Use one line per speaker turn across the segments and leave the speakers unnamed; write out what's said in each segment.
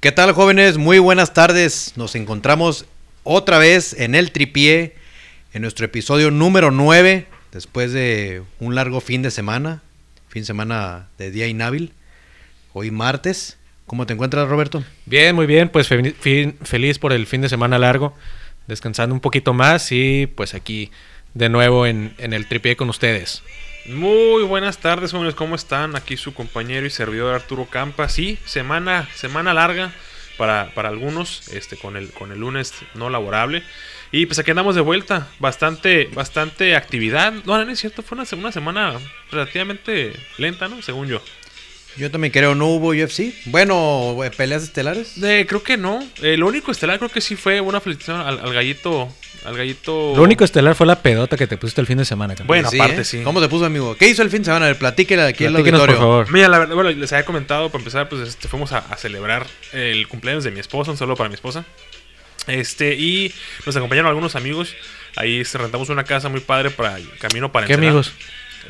¿Qué tal jóvenes? Muy buenas tardes. Nos encontramos otra vez en el tripié, en nuestro episodio número 9, después de un largo fin de semana, fin de semana de día inhábil, hoy martes. ¿Cómo te encuentras Roberto?
Bien, muy bien, pues fe- fin- feliz por el fin de semana largo, descansando un poquito más y pues aquí de nuevo en, en el tripié con ustedes.
Muy buenas tardes, jóvenes, ¿cómo están? Aquí su compañero y servidor Arturo Campa. Sí, semana, semana larga para, para algunos, este, con el, con el lunes no laborable. Y pues aquí andamos de vuelta, bastante, bastante actividad. No, no es cierto, fue una, se- una semana relativamente lenta, ¿no? Según yo.
Yo también creo, no hubo UFC. Bueno, eh, peleas estelares.
Eh, creo que no. Eh, lo único estelar creo que sí fue una felicitación al, al gallito. Al gallito.
Lo único estelar fue la pedota que te pusiste el fin de semana. campeón.
Bueno, aparte, sí.
¿eh? ¿Cómo te puso, amigo? ¿Qué hizo el fin de semana? A ver, Platíquele aquí al
Platíquenos,
auditorio.
por favor.
Pues Mira, la verdad, bueno, les había comentado para empezar, pues este, fuimos a, a celebrar el cumpleaños de mi esposa, un saludo para mi esposa. Este, y nos acompañaron algunos amigos. Ahí se rentamos una casa muy padre para camino para
¿Qué
Ensenada.
amigos?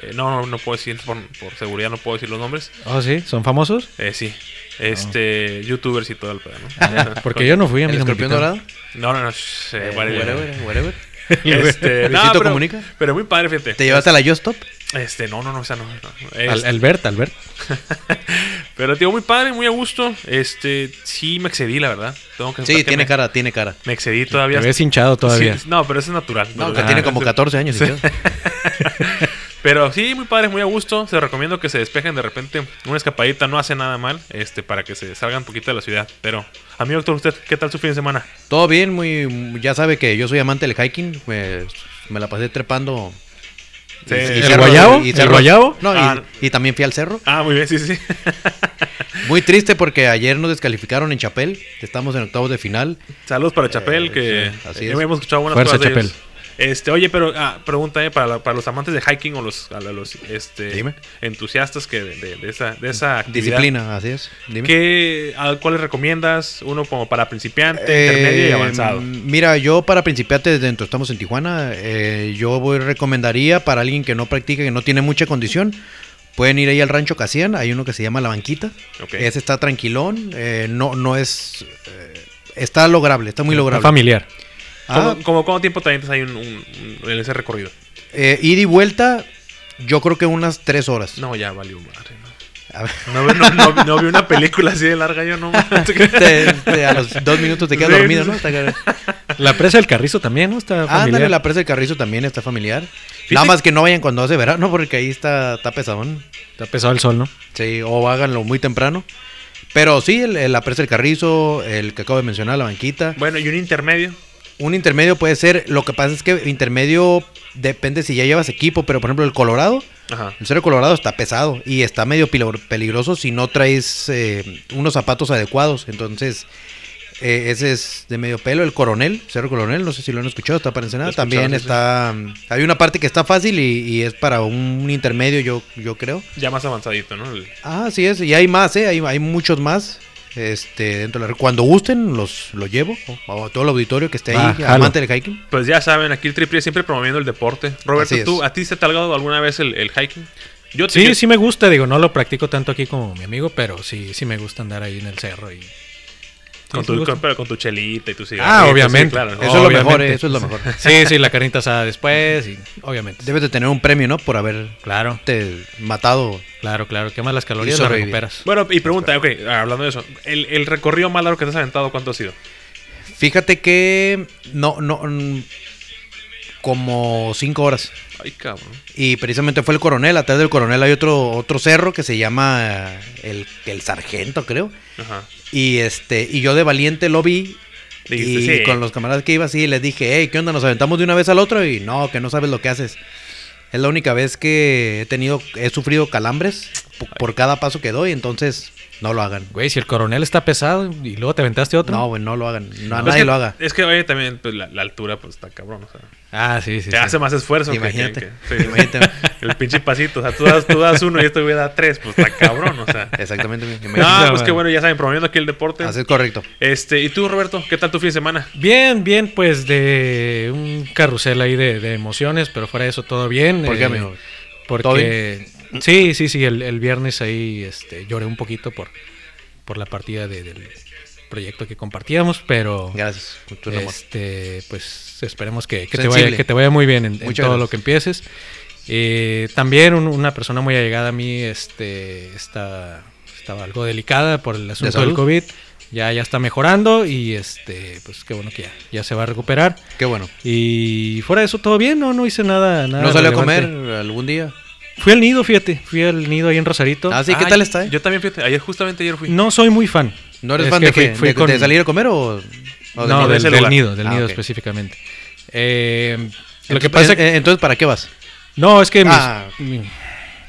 Eh, no, no, no puedo decir, por, por seguridad no puedo decir los nombres.
Oh, sí, ¿son famosos?
Eh, sí, este, youtubers y todo el pedo, ¿no?
Porque yo no fui a
Ah, ¿El
mi
escorpión dorado?
No, no, no, shh, eh, vale,
Whatever, whatever.
Este, no,
¿Luisito
pero,
Comunica?
pero muy padre, fíjate.
¿Te llevaste a la Just Stop?
Este, no, no, no, esa no. no. Este,
Albert, Albert.
Pero, tío, muy padre, muy a gusto. Este, sí me excedí, la verdad. Tengo que aceptar
Sí,
que
tiene
me-
cara, tiene cara.
Me excedí todavía.
Te ves hinchado todavía.
Sí, no, pero eso es natural.
No,
Pero-
que
Ah,
tiene como
sí.
14 años. y todo.
Pero sí, muy padre, muy a gusto. Se recomiendo que se despejen de repente. Una escapadita no hace nada mal este, para que se salgan un poquito de la ciudad. Pero, amigo doctor, ¿usted qué tal su fin de semana?
Todo bien, muy, ya sabe que yo soy amante del hiking. Me, me la pasé trepando.
Sí. ¿El
cerros-
guayabo? ¿El
cerros-
guayabo?
No, y-
Ah.
y también fui al cerro.
Ah, muy bien, sí, sí. sí.
Muy triste porque ayer nos descalificaron en Chapel. Estamos en octavos de final.
Saludos para Chapel,
Eh,
que
sí, así
eh,
es.
hemos escuchado buenas
Fuerza,
cosas de
Chapel.
ellos. Este, oye, pero ah, pregunta eh, para, la- para los amantes de hiking o los, a los este,
Dime.
entusiastas que de, de- de esa, de esa actividad.
Disciplina, así es. Dime.
¿Qué, a, ¿Cuáles recomiendas? Uno como para principiante,
Eh,
intermedio y avanzado.
mm, Mira, yo para principiantes, dentro estamos en Tijuana, eh, yo voy- recomendaría para alguien que no practica, que no tiene mucha condición, pueden ir ahí al rancho Casian, hay uno que se llama La Banquita,
Ok.
ese está tranquilón, eh, no, no es... eh, está lograble, está muy lograble.
Familiar.
Ah,
¿Cómo, cómo- cuánto tiempo te avientas ahí un- un- un- en ese recorrido?
eh, ida y vuelta, yo creo que unas tres horas.
No, ya valió madre. No,
A ver,
no, no, no- no vi una película así de larga yo, no.
te- te- a los dos minutos te quedas
Sí,
dormido,
sí,
¿no?
sí.
Está cagado.
La presa del Carrizo también, ¿no? Está
Ah,
familiar.
ándale, la presa del Carrizo también está familiar. Nada más que no vayan cuando hace verano, porque ahí está, está pesadón.
Está pesado el sol, ¿no?
Sí, o háganlo muy temprano. Pero sí, el- el- la presa del Carrizo, el que acabo de mencionar, la banquita.
bueno, y un intermedio.
Un intermedio puede ser, lo que pasa es que intermedio depende si ya llevas equipo, pero por ejemplo el Colorado,
Ajá.
el Cerro Colorado está pesado y está medio pilo- peligroso si no traes eh, unos zapatos adecuados. Entonces, eh, ese es de medio pelo, el Coronel, Cerro Coronel, no sé si lo han escuchado, está para Ensenada.
Lo he escuchado,
También
sí, sí.
está, hay una parte que está fácil y, y es para un intermedio, yo, yo creo.
Ya más avanzadito, ¿no? El-
Ah, así es, y hay más, ¿eh? hay, hay muchos más. Este, dentro de la- Cuando gusten, los, los llevo. O a todo el auditorio que esté ahí,
Va, Ah, jalo.
amante del hiking.
Pues ya saben, aquí el Triple siempre promoviendo el deporte. Roberto,
Así es.
¿tú, ¿a ti se te ha algado alguna vez el, el hiking? Yo te-
Sí, sí me gusta, digo, no lo practico tanto aquí como mi amigo, pero sí, sí me gusta andar ahí en el cerro y...
Con
Sí, sí me
tu,
gusta.
con- pero con tu chelita y tu cigarro.
Ah, obviamente.
claro.
Eso es lo mejor,
Obviamente.
¿eh? eso es lo mejor.
Sí, sí, la carnita asada después y obviamente.
Debes de tener un premio, ¿no? Por haberte
Claro,
matado.
claro, claro. Quemas las calorías
Y
las
sobrevivir.
recuperas.
Bueno, y pregunta, ok, hablando de eso, el, el recorrido más largo que te has aventado, ¿cuánto ha sido?
Fíjate que no, no, mm, como cinco horas.
Ay, cabrón.
Y precisamente fue el coronel, atrás del coronel hay otro, otro cerro que se llama el, el sargento, creo.
Ajá.
Y este, y yo de valiente lo vi.
Dijiste,
y
sí.
con los camaradas que iba así, les dije, hey, ¿qué onda? Nos aventamos de una vez al otro y no, que no sabes lo que haces. Es la única vez que he tenido, he sufrido calambres p- por cada paso que doy, entonces No lo hagan.
Güey, si el coronel está pesado y luego te aventaste otro.
No, güey, no lo hagan. No, a nadie
Pues es que-
lo haga.
Es que, oye, también pues, la, la altura pues está cabrón. O sea,
Ah, sí, sí.
te
sí.
hace más esfuerzo. que- que-
Imagínate,
que- sí,
imagínate.
El pinche pasito. O sea, tú das, tú das uno y este güey da tres. Pues está cabrón, o sea.
Exactamente. mi- mi-
No,
No,
pues qué
man.
bueno, ya saben, promoviendo aquí el deporte.
Así es correcto.
Este, ¿y tú, Roberto? ¿Qué tal tu fin de semana?
Bien, bien, pues de un carrusel ahí de, de emociones, pero fuera de eso todo bien.
¿Por qué,
Eh,
amigo? ¿Todo
Porque sí, sí, sí, el, el viernes ahí este, lloré un poquito por, por la partida de- del proyecto que compartíamos, pero
Gracias. Con tu amor.
este, pues esperemos que, que te
Sensible.
vaya, que te vaya muy bien en, en
Muchas
todo
gracias.
lo que empieces. Eh, también un- una persona muy allegada a mí este, está, estaba algo delicada por el asunto del
salud?
COVID. Ya, ya está mejorando y este, pues qué bueno que ya, ya se va a recuperar.
Qué bueno.
Y fuera de eso, todo bien, no, no hice nada. nada
¿No salió a comer
relevante.
algún día?
Fui al nido, fíjate. Fui al nido ahí en Rosarito.
Ah, sí, ¿qué tal está? eh?
Yo también, fíjate, ayer, justamente ayer fui.
No soy muy fan.
¿No eres
Es
fan
que
de,
fui-
qué?
fui
¿De-
con-
de salir a comer o.? o
No,
de
del,
ese
del
lugar.
nido, del
Ah,
nido
ok.
específicamente. Eh, lo
Entonces,
que pasa
eh, eh, Entonces, ¿para qué vas?
No, es que mis-
Ah.
mi-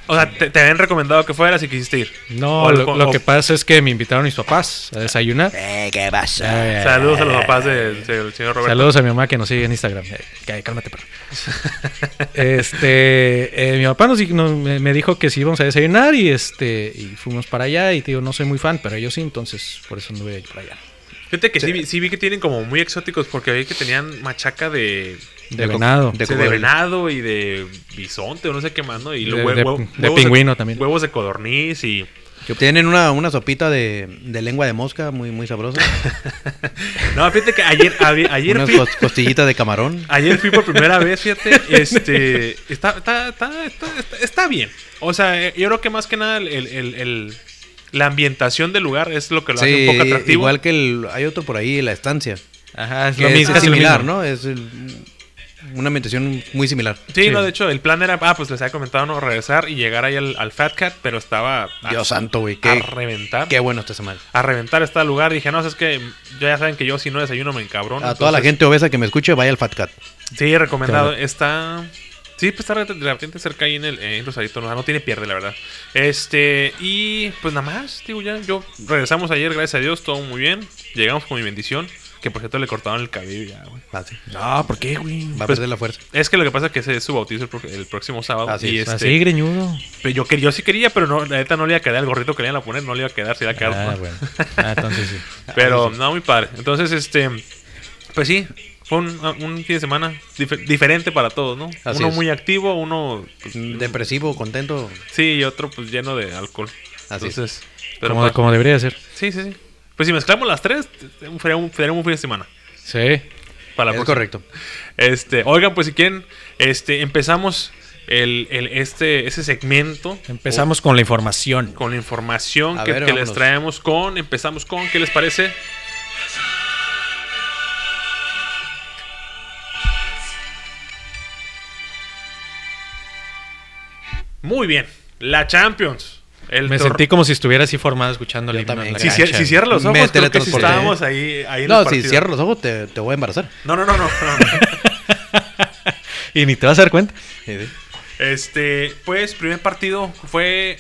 O sea, te, te habían recomendado que fueras y quisiste ir.
no,
O-
lo,
o-
lo que
o-
pasa es que me invitaron mis papás a desayunar.
¿Qué vas?
Eh,
Saludos a los papás
eh,
del del señor Roberto.
Saludos a mi mamá que nos sigue en Instagram. Eh, cá- cálmate, perro. este, eh, mi papá nos, di- nos- me me dijo que sí íbamos a desayunar y este y fuimos para allá y te digo, no soy muy fan, pero ellos sí, entonces por eso anduve por allá.
Fíjate que sí. vi- sí vi que tienen como muy exóticos porque vi que tenían machaca de,
De,
De co-
venado.
de
sí, de
cocodrilo.
venado y de bisonte o no sé qué más, ¿no? Y
De-
hue-
de-
huevo-
de
huevos
pingüino también.
Huevos de codorniz y...
Tienen una, una sopita de, de lengua de mosca muy, muy sabrosa.
No, fíjate que ayer, ayer, ayer
unas
fui...
cos- costillitas de camarón.
Ayer fui por primera vez, fíjate. Este. Está, está, está, está, está- está bien. O sea, eh, yo creo que más que nada el, el- el- el- la ambientación del lugar es lo que lo hace
Sí,
un poco atractivo.
igual que el, hay otro por ahí, la estancia.
Ajá, es
que
lo
es
mismo. casi lo
similar,
mismo.
¿no? Es el- una ambientación muy similar.
Sí,
Sí.
no, de hecho, el plan era, ah, pues les había comentado no regresar y llegar ahí al, al Fat Cat, pero estaba a,
Dios santo, güey.
a
Qué,
reventar.
qué bueno esta semana.
A reventar está el lugar. Dije, no, es que ya ya saben que yo si no desayuno me encabrono.
A toda la
entonces-
gente obesa que me escuche, vaya al Fat Cat.
Sí, recomendado. Está. Sí, pues está re- relativamente cerca ahí en el en Rosarito. No, no tiene pierde, la verdad. Este. Y pues nada más, digo, ya. Yo regresamos ayer, gracias a Dios, todo muy bien. Llegamos con mi bendición. Que por cierto le cortaron el cabello ya, güey.
Ah, sí.
No, ¿por qué, güey?
Va a
Pues-
perder la fuerza.
Es que lo que pasa es que ese es su bautizo el, pro- el próximo sábado.
Así
y
es.
este,
Así, greñudo.
pero yo, que- yo sí quería, pero no, la neta no le iba a quedar el gorrito que le iban a poner, no le iba a quedar, se iba a quedar.
Ah, bueno. Ah, entonces sí.
Pero no, muy padre. Entonces, este. Pues sí, fue un, un fin de semana dife- diferente para todos, ¿no?
Así
uno
es.
muy activo, uno. pues,
Depresivo, contento.
Sí, y otro pues lleno de alcohol.
Así es.
Entonces, pero
como,
pues,
como debería ser.
sí, sí, sí. Pues si mezclamos las tres, sería un, sería un fin de semana.
Sí.
Para la
Es
próxima.
correcto.
Este, oigan, pues si quieren, este, empezamos el, el- este, ese segmento.
Empezamos con la información.
con la información
A
que,
ver,
que les
vámonos.
traemos con. Empezamos con, ¿qué les parece? Muy bien, la Champions. El
Me
tor-
sentí como si estuviera así formado escuchando el
Yo
himno en
también.
la
Si,
cancha.
cier- si cierras los ojos,
Me
creo que sí
teletransporté.
estábamos ahí, ahí en el
No, si
partido.
cierro los ojos, te, te voy a embarazar.
No, no, no, no. no, no.
Y ni te vas a dar cuenta.
Sí, sí.
este, pues, primer partido fue...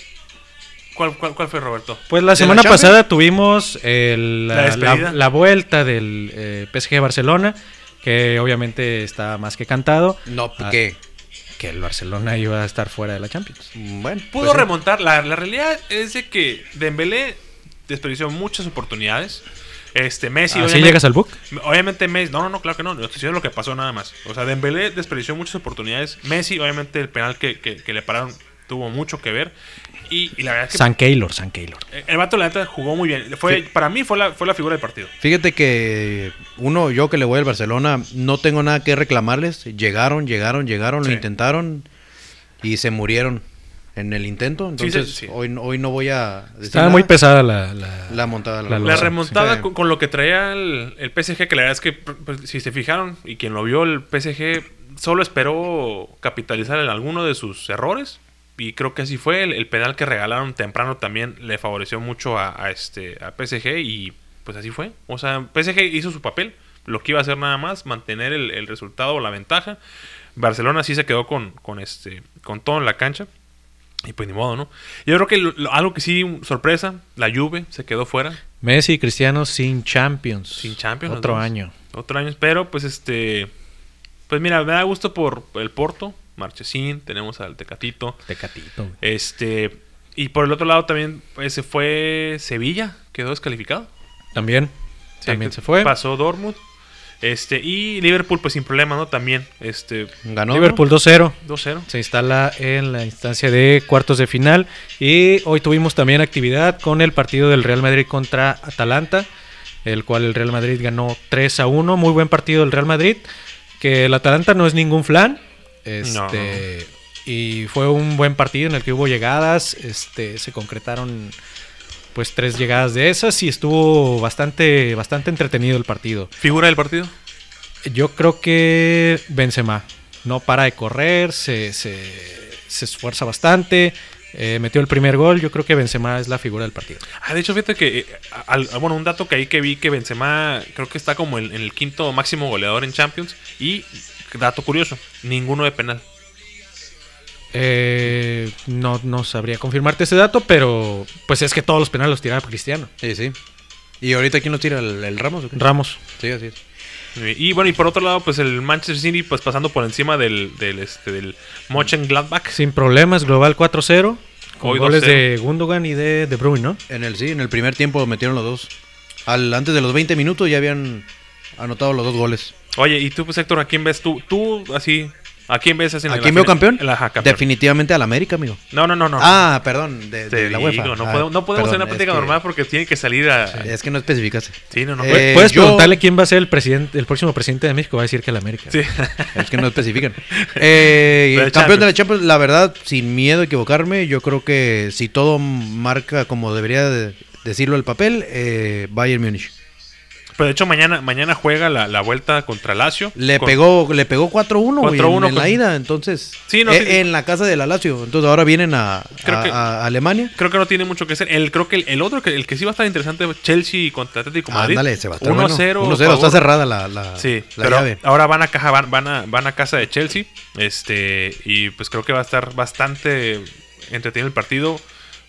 ¿Cuál, cuál, cuál fue, Roberto?
Pues la
¿De
semana
la Champions?
pasada tuvimos eh, el-
La
la,
despedida.
la- la vuelta del eh, PSG Barcelona, que obviamente está más que cantado.
No,
Ah,
¿qué?
Que el Barcelona iba a estar fuera de la Champions.
Bueno.
Pudo
pues sí.
remontar. La, la realidad es de que Dembélé desperdició muchas oportunidades. Este, Messi...
Ah,
Así
obviamente-
llegas al book.
Obviamente Messi, no, no, no, claro que no, estoy diciendo lo que pasó nada más. O sea, Dembélé desperdició muchas oportunidades. Messi, obviamente, el penal que, que- que le pararon tuvo mucho que ver. Y, y la verdad es que
San Keylor, San Keylor.
el vato, la neta, jugó muy bien. Fue,
Sí.
Para mí fue la, fue la figura del partido.
Fíjate que uno, yo que le voy al Barcelona, no tengo nada que reclamarles. Llegaron, llegaron, llegaron,
Sí.
lo intentaron y se murieron en el intento.
Sí, sí,
Entonces,
sí.
Hoy, no- hoy no voy a decir
Estaba
nada.
muy pesada la, la-
la montada. La,
La
La
montada.
remontada
Sí.
con, con lo que traía el, el PSG, que la verdad es que, pues, si se fijaron, y quien lo vio, el PSG solo esperó capitalizar en alguno de sus errores. Y creo que así fue. El, el penal que regalaron temprano también le favoreció mucho a, a este, a PSG y pues así fue. O sea, PSG hizo su papel. Lo que iba a hacer nada más, mantener el, el resultado o la ventaja. Barcelona sí se quedó con, con, este, con todo en la cancha. Y pues ni modo, ¿no? Yo creo que lo- lo- algo que sí, sorpresa, la Juve se quedó fuera.
Messi y Cristiano sin Champions.
Sin Champions, los
Otro
dos.
año.
Otro año, pero pues este... Pues mira, me da gusto por el Porto, Marchesín, tenemos al Tecatito.
Tecatito, güey.
Este... Y por el otro lado también pues, se fue Sevilla, quedó descalificado.
También.
Sí,
también
que
se fue.
Pasó Dortmund. Este, y Liverpool, pues sin problema, ¿no? También, este,
Ganó. ¿no?
Liverpool 2-0.
2-0.
Se instala en la instancia de cuartos de final. Y hoy tuvimos también actividad con el partido del Real Madrid contra Atalanta, el cual el Real Madrid ganó 3 a 1. Muy buen partido del Real Madrid. Que el Atalanta no es ningún flan. Este, Y fue un buen partido en el que hubo llegadas. Este, se concretaron pues tres llegadas de esas. Y estuvo bastante, bastante entretenido el partido.
Figura del partido.
Yo creo que Benzema no para de correr, se, se, se esfuerza bastante, eh, metió el primer gol. Yo creo que Benzema es la figura del partido.
Ah, de hecho, fíjate que, eh, al- ah, bueno, un dato que ahí que vi que Benzema creo que está como en, en el quinto máximo goleador en Champions. Y, dato curioso, ninguno de penal.
Eh, no, no sabría confirmarte ese dato, pero pues es que todos los penales los tiraba Cristiano.
Sí, sí. ¿Y ahorita quién nos tira? ¿El, el Ramos o qué?
Ramos.
Sí, así es.
Y, y, bueno, y por otro lado, pues el Manchester City, pues pasando por encima del, del, este, del Mönchengladbach.
Sin problemas, global 4-0. Con
Hoy
goles
2-0.
de Gundogan y de De Bruyne, ¿no?
En el sí, en el primer tiempo metieron los dos. Al, antes de los 20 minutos ya habían anotado los dos goles.
Oye, y tú, pues Héctor, ¿a quién ves tú? Tú, así, ¿a quién ves así en
¿A
la
quién veo
final?
campeón?
En la- ajá, campeón.
Definitivamente al América, amigo.
No, no, no, no.
Ah, perdón, de,
Te
de la
digo,
UEFA.
No
Ah,
podemos, no podemos hacer
perdón,
una
es
práctica
que-
normal porque tiene que salir a.
Es que no especificaste.
Sí, no, no.
Eh,
Puedes
yo-
preguntarle quién va a ser el presidente, el próximo presidente de México. Va a decir que el América.
Sí.
Es que no especifican. Eh,
Pero de
campeón de la
Champions.
Champions, la verdad, sin miedo a equivocarme, yo creo que si todo marca como debería de- decirlo el papel, eh, Bayern Múnich.
Pero de hecho, mañana, mañana juega la, la vuelta contra Lazio.
Le
Con-
pegó le pegó 4-1 güey, en,
4-1
en la
con-
ida, entonces
Sí, no,
eh,
sí, sí.
en la casa de la Lazio, entonces ahora vienen a,
Creo
a-
que-
a Alemania.
Creo que no tiene mucho que hacer. El, creo que el, el otro, que, el que sí va a estar interesante, Chelsea contra Atlético de Madrid.
Ándale, se va a estar bueno.
1-0.
1-0, está
favor.
cerrada la, la,
Sí,
la
pero
llave.
ahora van a, caja, van, van a, van a casa de Chelsea. Este, y pues creo que va a estar bastante entretenido el partido.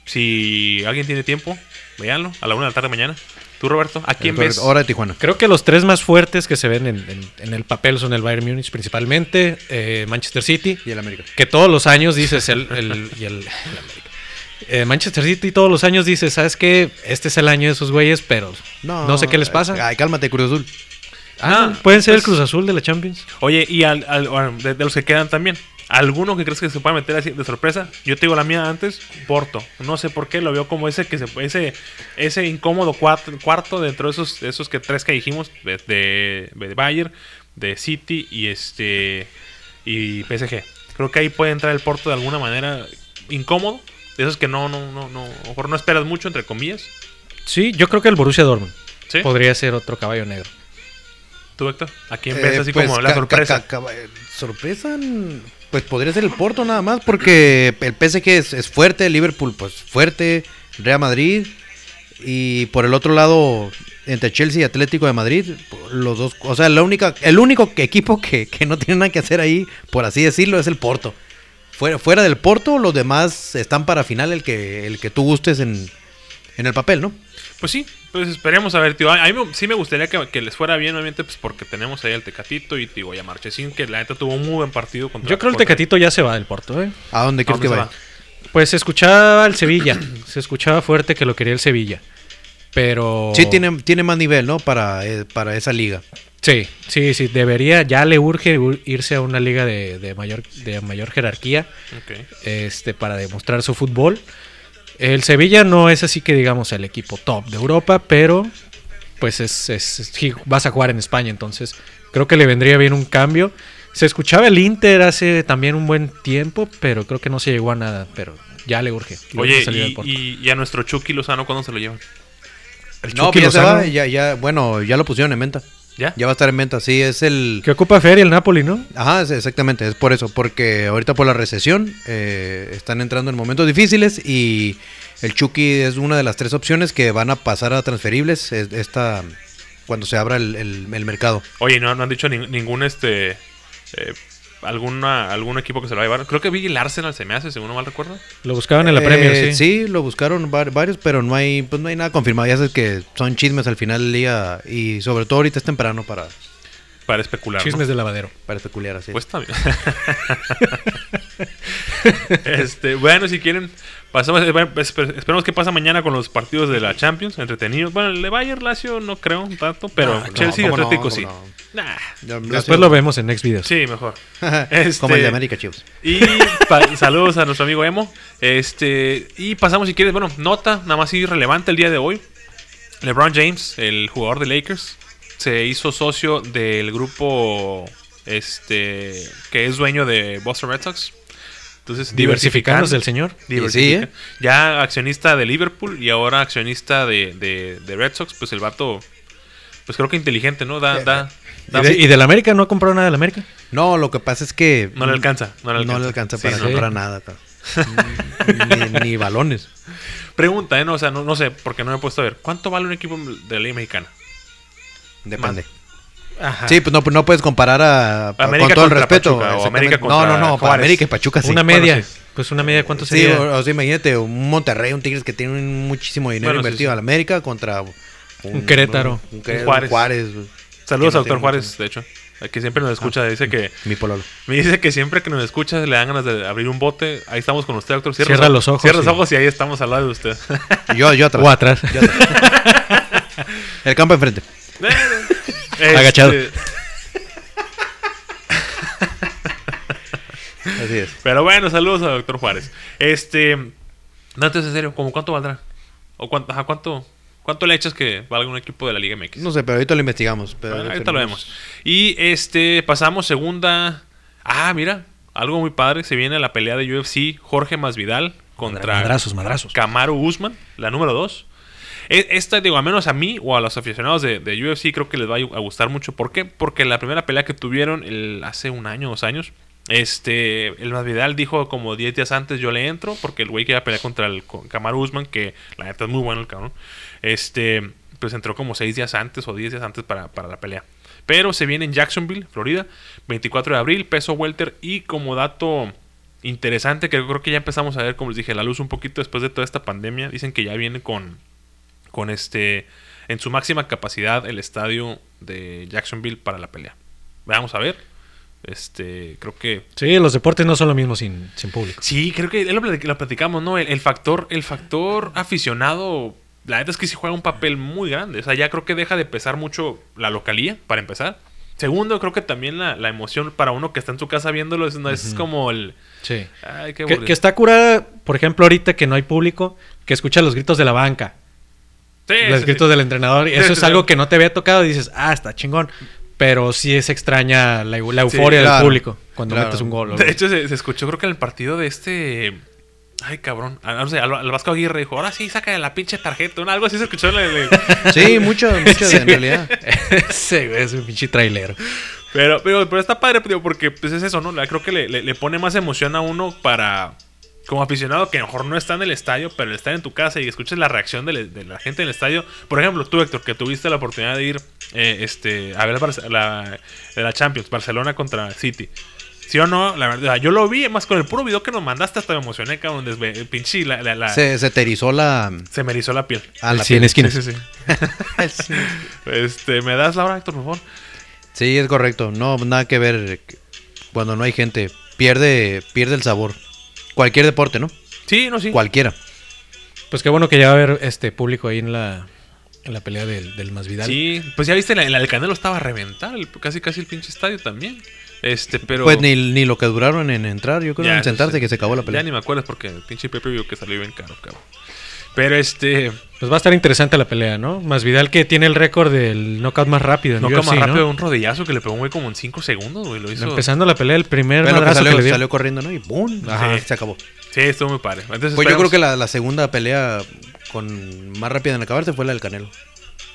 Si alguien tiene tiempo, véanlo a la una de la tarde mañana. Tú, Roberto, ¿a quién ves?
Ahora de Tijuana.
Creo que los tres más fuertes que se ven en, en- en el papel son el Bayern Múnich principalmente, eh, Manchester City,
Y el América.
que todos los años dices el, el- y el- el América. Eh, Manchester City todos los años dices, ¿sabes qué? Este es el año de esos güeyes, pero no, sé qué les pasa.
Ay, cálmate, Cruz Azul.
Ah,
Ah,
Pueden ser el
pues-
Cruz Azul de la Champions.
Oye, y al, al- bueno, de, de los que quedan también, ¿alguno que crees que se pueda meter así de sorpresa? Yo te digo la mía antes, Porto. No sé por qué, lo veo como ese que se ese, ese incómodo cuarto, cuarto dentro de esos, de esos que tres que dijimos, de, de, de Bayern, de City y este y PSG. Creo que ahí puede entrar el Porto de alguna manera incómodo. De esos que no, no, no, no, a lo mejor no esperas mucho, entre comillas.
Sí, yo creo que el Borussia Dortmund
¿Sí?
podría ser otro caballo negro.
¿Tú, Héctor? ¿A quién
Eh,
ves así
pues,
como la
ca-
sorpresa?
ca- ca- eh, sorpresa, mm, pues podría ser el Porto nada más, porque el PSG es, es fuerte, el Liverpool pues fuerte, Real Madrid, y por el otro lado, entre Chelsea y Atlético de Madrid, los dos, o sea, la única, el único que- equipo que, que no tiene nada que hacer ahí, por así decirlo, es el Porto. Fuera, fuera del Porto, los demás están para final el que, el que tú gustes en, en el papel, ¿no?
Pues sí, pues esperemos a ver, tío. A a mí me- sí me gustaría que, que les fuera bien, obviamente, pues porque tenemos ahí al Tecatito y, digo, y a Marchesín, que la neta tuvo un muy buen partido contra
Yo creo el
contra-
Tecatito ya se va del Porto, ¿eh?
¿A dónde
¿A
crees que
dónde se
vaya?
va?
Pues se escuchaba el Sevilla, se escuchaba fuerte que lo quería el Sevilla, pero...
Sí, tiene, tiene más nivel, ¿no? Para, eh, para esa liga.
Sí, sí, sí, debería, ya le urge u- irse a una liga de, de mayor, de mayor jerarquía
Ok.
este, para demostrar su fútbol. El Sevilla no es así que digamos el equipo top de Europa, pero pues es, es- es- sí, vas a jugar en España, entonces creo que le vendría bien un cambio. Se escuchaba el Inter hace también un buen tiempo, pero creo que no se llegó a nada, pero ya le urge. le urge
Oye,
salir del
y,
Porto.
y- y a nuestro Chucky Lozano, ¿cuándo se lo llevan?
El
No,
Chucky
pero ya se
Lozano,
va, ya, ya, bueno, ya lo pusieron en venta.
¿Ya?
Ya va a estar en venta, sí, es el...
que ocupa feria el Napoli, ¿no?
Ajá, es- exactamente, es por eso, porque ahorita por la recesión eh, están entrando en momentos difíciles y el Chucky es una de las tres opciones que van a pasar a transferibles es- esta, cuando se abra el, el- el mercado.
Oye, no, no han dicho nin- ningún este eh, alguna, algún equipo que se lo va a llevar. Creo que vi el Arsenal se me hace, según no mal recuerdo.
Lo buscaban en la
Eh,
Premier, sí.
Sí, lo buscaron var- varios, pero no hay, pues no hay nada confirmado. Ya sabes que son chismes al final del día y sobre todo ahorita es temprano para,
Para especular. ¿no?
Chismes de lavadero.
para especular así.
Pues también. este, bueno, si quieren, pasamos, esper- esper- esperemos que pasa mañana con los partidos de la Champions, entretenidos. Bueno, el de Bayern Lazio no creo tanto, pero
Ah, No, no,
Chelsea y
cómo no,
Atlético
cómo
sí.
no.
Nah,
Ya-
Después lo vemos en Next Videos.
sí, mejor.
Como el
Este-
de América, chicos.
Y pa- saludos a nuestro amigo Emo. Este, y pasamos si quieres, bueno, nota nada más irrelevante el día de hoy. LeBron James, el jugador de Lakers, se hizo socio del grupo este que es dueño de Boston Red Sox. Entonces,
Diversificados del señor.
Diversifica.
Y sí, ¿eh?
Ya accionista de Liverpool y ahora accionista de, de- de Red Sox, pues el vato pues creo que inteligente, ¿no?
Eh,
Da da, da-
Y, de- y del América no ha comprado nada del América.
No, lo que pasa es que.
no le alcanza, no le alcanza.
No le alcanza
Sí,
para
no,
no.
comprar nada. cabrón. ni, ni balones.
Pregunta, ¿eh? No, o sea, no, no sé, porque no me he puesto a ver. ¿Cuánto vale un equipo de la Liga Mexicana?
Depende.
Ajá.
Sí, pues no, no puedes comparar a. con
América
todo el
contra
respeto.
Pachuca, o
exactamente.
América
no,
contra
no, no. Para
Juárez.
América y Pachuca sí.
Una
Bueno,
media.
sí.
Pues una media, ¿cuánto
Sí,
sería?
o, o sea, imagínate un Monterrey, un Tigres que tiene muchísimo dinero
Bueno, sí,
invertido
sí.
al América contra un,
Un Querétaro.
un, Querétaro,
Un Juárez.
un Juárez. güey.
Saludos
Que
a
no
doctor
tengo
Juárez, de hecho. Que siempre nos escucha. Dice que
Mi pololo.
me dice que siempre que nos escucha le dan ganas de abrir un bote. Ahí estamos con usted, doctor.
Cierra los ojos,
Cierra los
sí.
ojos y ahí estamos al lado de usted.
Yo, yo atrás.
O atrás.
Yo atrás. el campo enfrente.
Este,
Agachado.
Así es.
Pero bueno, saludos a doctor Juárez. Este. No, entonces, en serio, ¿cómo cuánto valdrá? ¿O cuánto, ajá, cuánto, cuánto le echas que valga un equipo de la Liga MX?
No sé, pero ahorita lo investigamos. Pero
Bueno, ahorita lo vemos. Y este, pasamos segunda. Ah, mira, algo muy padre. Se viene la pelea de UFC Jorge Masvidal contra
Madrazos, madrazos.
Kamaru Usman, la número 2. E, Esta, digo, a menos a mí o a los aficionados de, de UFC, creo que les va a gu- a gustar mucho. ¿Por qué? Porque la primera pelea que tuvieron el- hace un año, dos años, este, el Masvidal dijo como 10 días antes yo le entro, porque el güey que iba a pelear contra el co- Kamaru Usman, que la neta es muy bueno el cabrón, este, pues entró como 6 días antes o 10 días antes para, para la pelea. Pero se viene en Jacksonville, Florida, 24 de abril, peso welter y como dato interesante que creo que ya empezamos a ver, como les dije, la luz un poquito después de toda esta pandemia. Dicen que ya viene con, con este, en su máxima capacidad el estadio de Jacksonville para la pelea. Vamos a ver. Este, creo que
Sí, los deportes no son lo mismo sin, sin público.
Sí, creo que lo, platic- lo platicamos, ¿no? El, el factor, el factor aficionado, la verdad es que sí juega un papel muy grande. O sea, ya creo que deja de pesar mucho la localía, para empezar. Segundo, creo que también la, la emoción para uno que está en su casa viéndolo es, no, es como el...
Sí.
Ay, qué
Que,
aburrido.
que está curada, por ejemplo, ahorita que no hay público, que escucha los gritos de la banca,
Sí, sí,
los
sí.
gritos del entrenador. y
Sí,
Eso
sí,
es
sí.
algo que no te había tocado y dices, ah, está chingón. Pero sí es extraña la, eu- la
Sí,
euforia del
claro.
público cuando
Claro.
metes un gol. o algo.
De hecho, se, se escuchó creo que en el partido de este... Ay, cabrón. Ah, No sé, al, al Vasco Aguirre dijo, ahora sí, saca la pinche tarjeta. ¿no? Algo así se escuchó en el- en-
Sí, mucho, mucho
Sí,
en
güey.
realidad.
Ese güey es un pinche trailero.
Pero, pero, pero está padre, digo, porque pues es eso, ¿no? La- Creo que le, le- le pone más emoción a uno para. Como aficionado que a lo mejor no está en el estadio, pero estar en tu casa y escuches la reacción de, le- de la gente en el estadio. Por ejemplo, tú, Héctor, que tuviste la oportunidad de ir eh, este, a ver Barce- la, de la Champions, Barcelona contra City. ¿Sí o no? La verdad, yo lo vi, más con el puro video que nos mandaste, hasta me emocioné, cabrón. Desde, pinche, la, la- la- se,
Se, se te erizó la.
me erizó la piel.
A la
sí, en esquinas.
Sí, sí, sí. Este, ¿Me das la hora, Héctor, por favor?
Sí, es correcto. No, nada que ver cuando no hay gente. Pierde, pierde el sabor. Cualquier deporte, ¿no?
Sí, no, sí.
Cualquiera.
Pues qué bueno que ya va a haber este público ahí en la, en la pelea del, del Masvidal.
Sí, pues ya viste, la- la- el Canelo estaba a reventar, el- casi casi el pinche estadio también. Este, pero.
Pues ni, ni lo que duraron en entrar, yo creo,
Ya,
en sentarse,
sí.
que se acabó la pelea.
Ya ni me acuerdo porque el pinche Pepe vio que salió bien caro, cabrón. Pero este.
Pues va a estar interesante la pelea, ¿no? Masvidal que tiene el récord del knockout más rápido en
No
UFC,
como más rápido
¿no?
un rodillazo que le pegó un güey como en 5 segundos, güey. Lo hizo.
Empezando la pelea, el primer
Pero que
madrazo
pues salió,
que le dio.
salió corriendo, ¿no? Y ¡boom!
Ajá.
Se acabó.
Sí, estuvo muy padre. Entonces,
Pues yo
esperemos-
creo que la, la segunda pelea con más rápida en acabarse fue la del Canelo.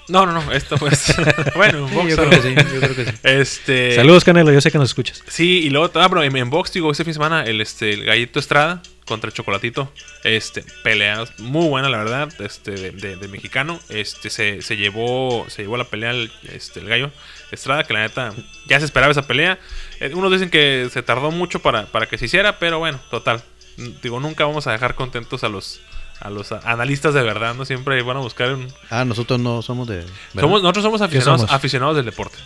No, no, no. Esto pues. bueno, un
Sí, yo
box.
creo que sí, yo creo que sí.
Este.
Saludos, Canelo, yo sé que nos escuchas.
Sí, y luego, ah, pero en, en box, digo, este fin de semana, el, este, el Gallito Estrada contra el Chocolatito. Este, pelea muy buena, la verdad, este, de, de- de mexicano. Este, se, se llevó, se llevó la pelea el, este, el gallo Estrada, que la neta ya se esperaba esa pelea. Eh, unos dicen que se tardó mucho para, para que se hiciera, pero bueno, total. N- Digo, nunca vamos a dejar contentos a los, a los a- analistas de verdad, ¿no? Siempre van a buscar un...
Ah, nosotros no somos de. ¿verdad?
Somos, nosotros somos aficionados,
somos?
aficionados del deporte.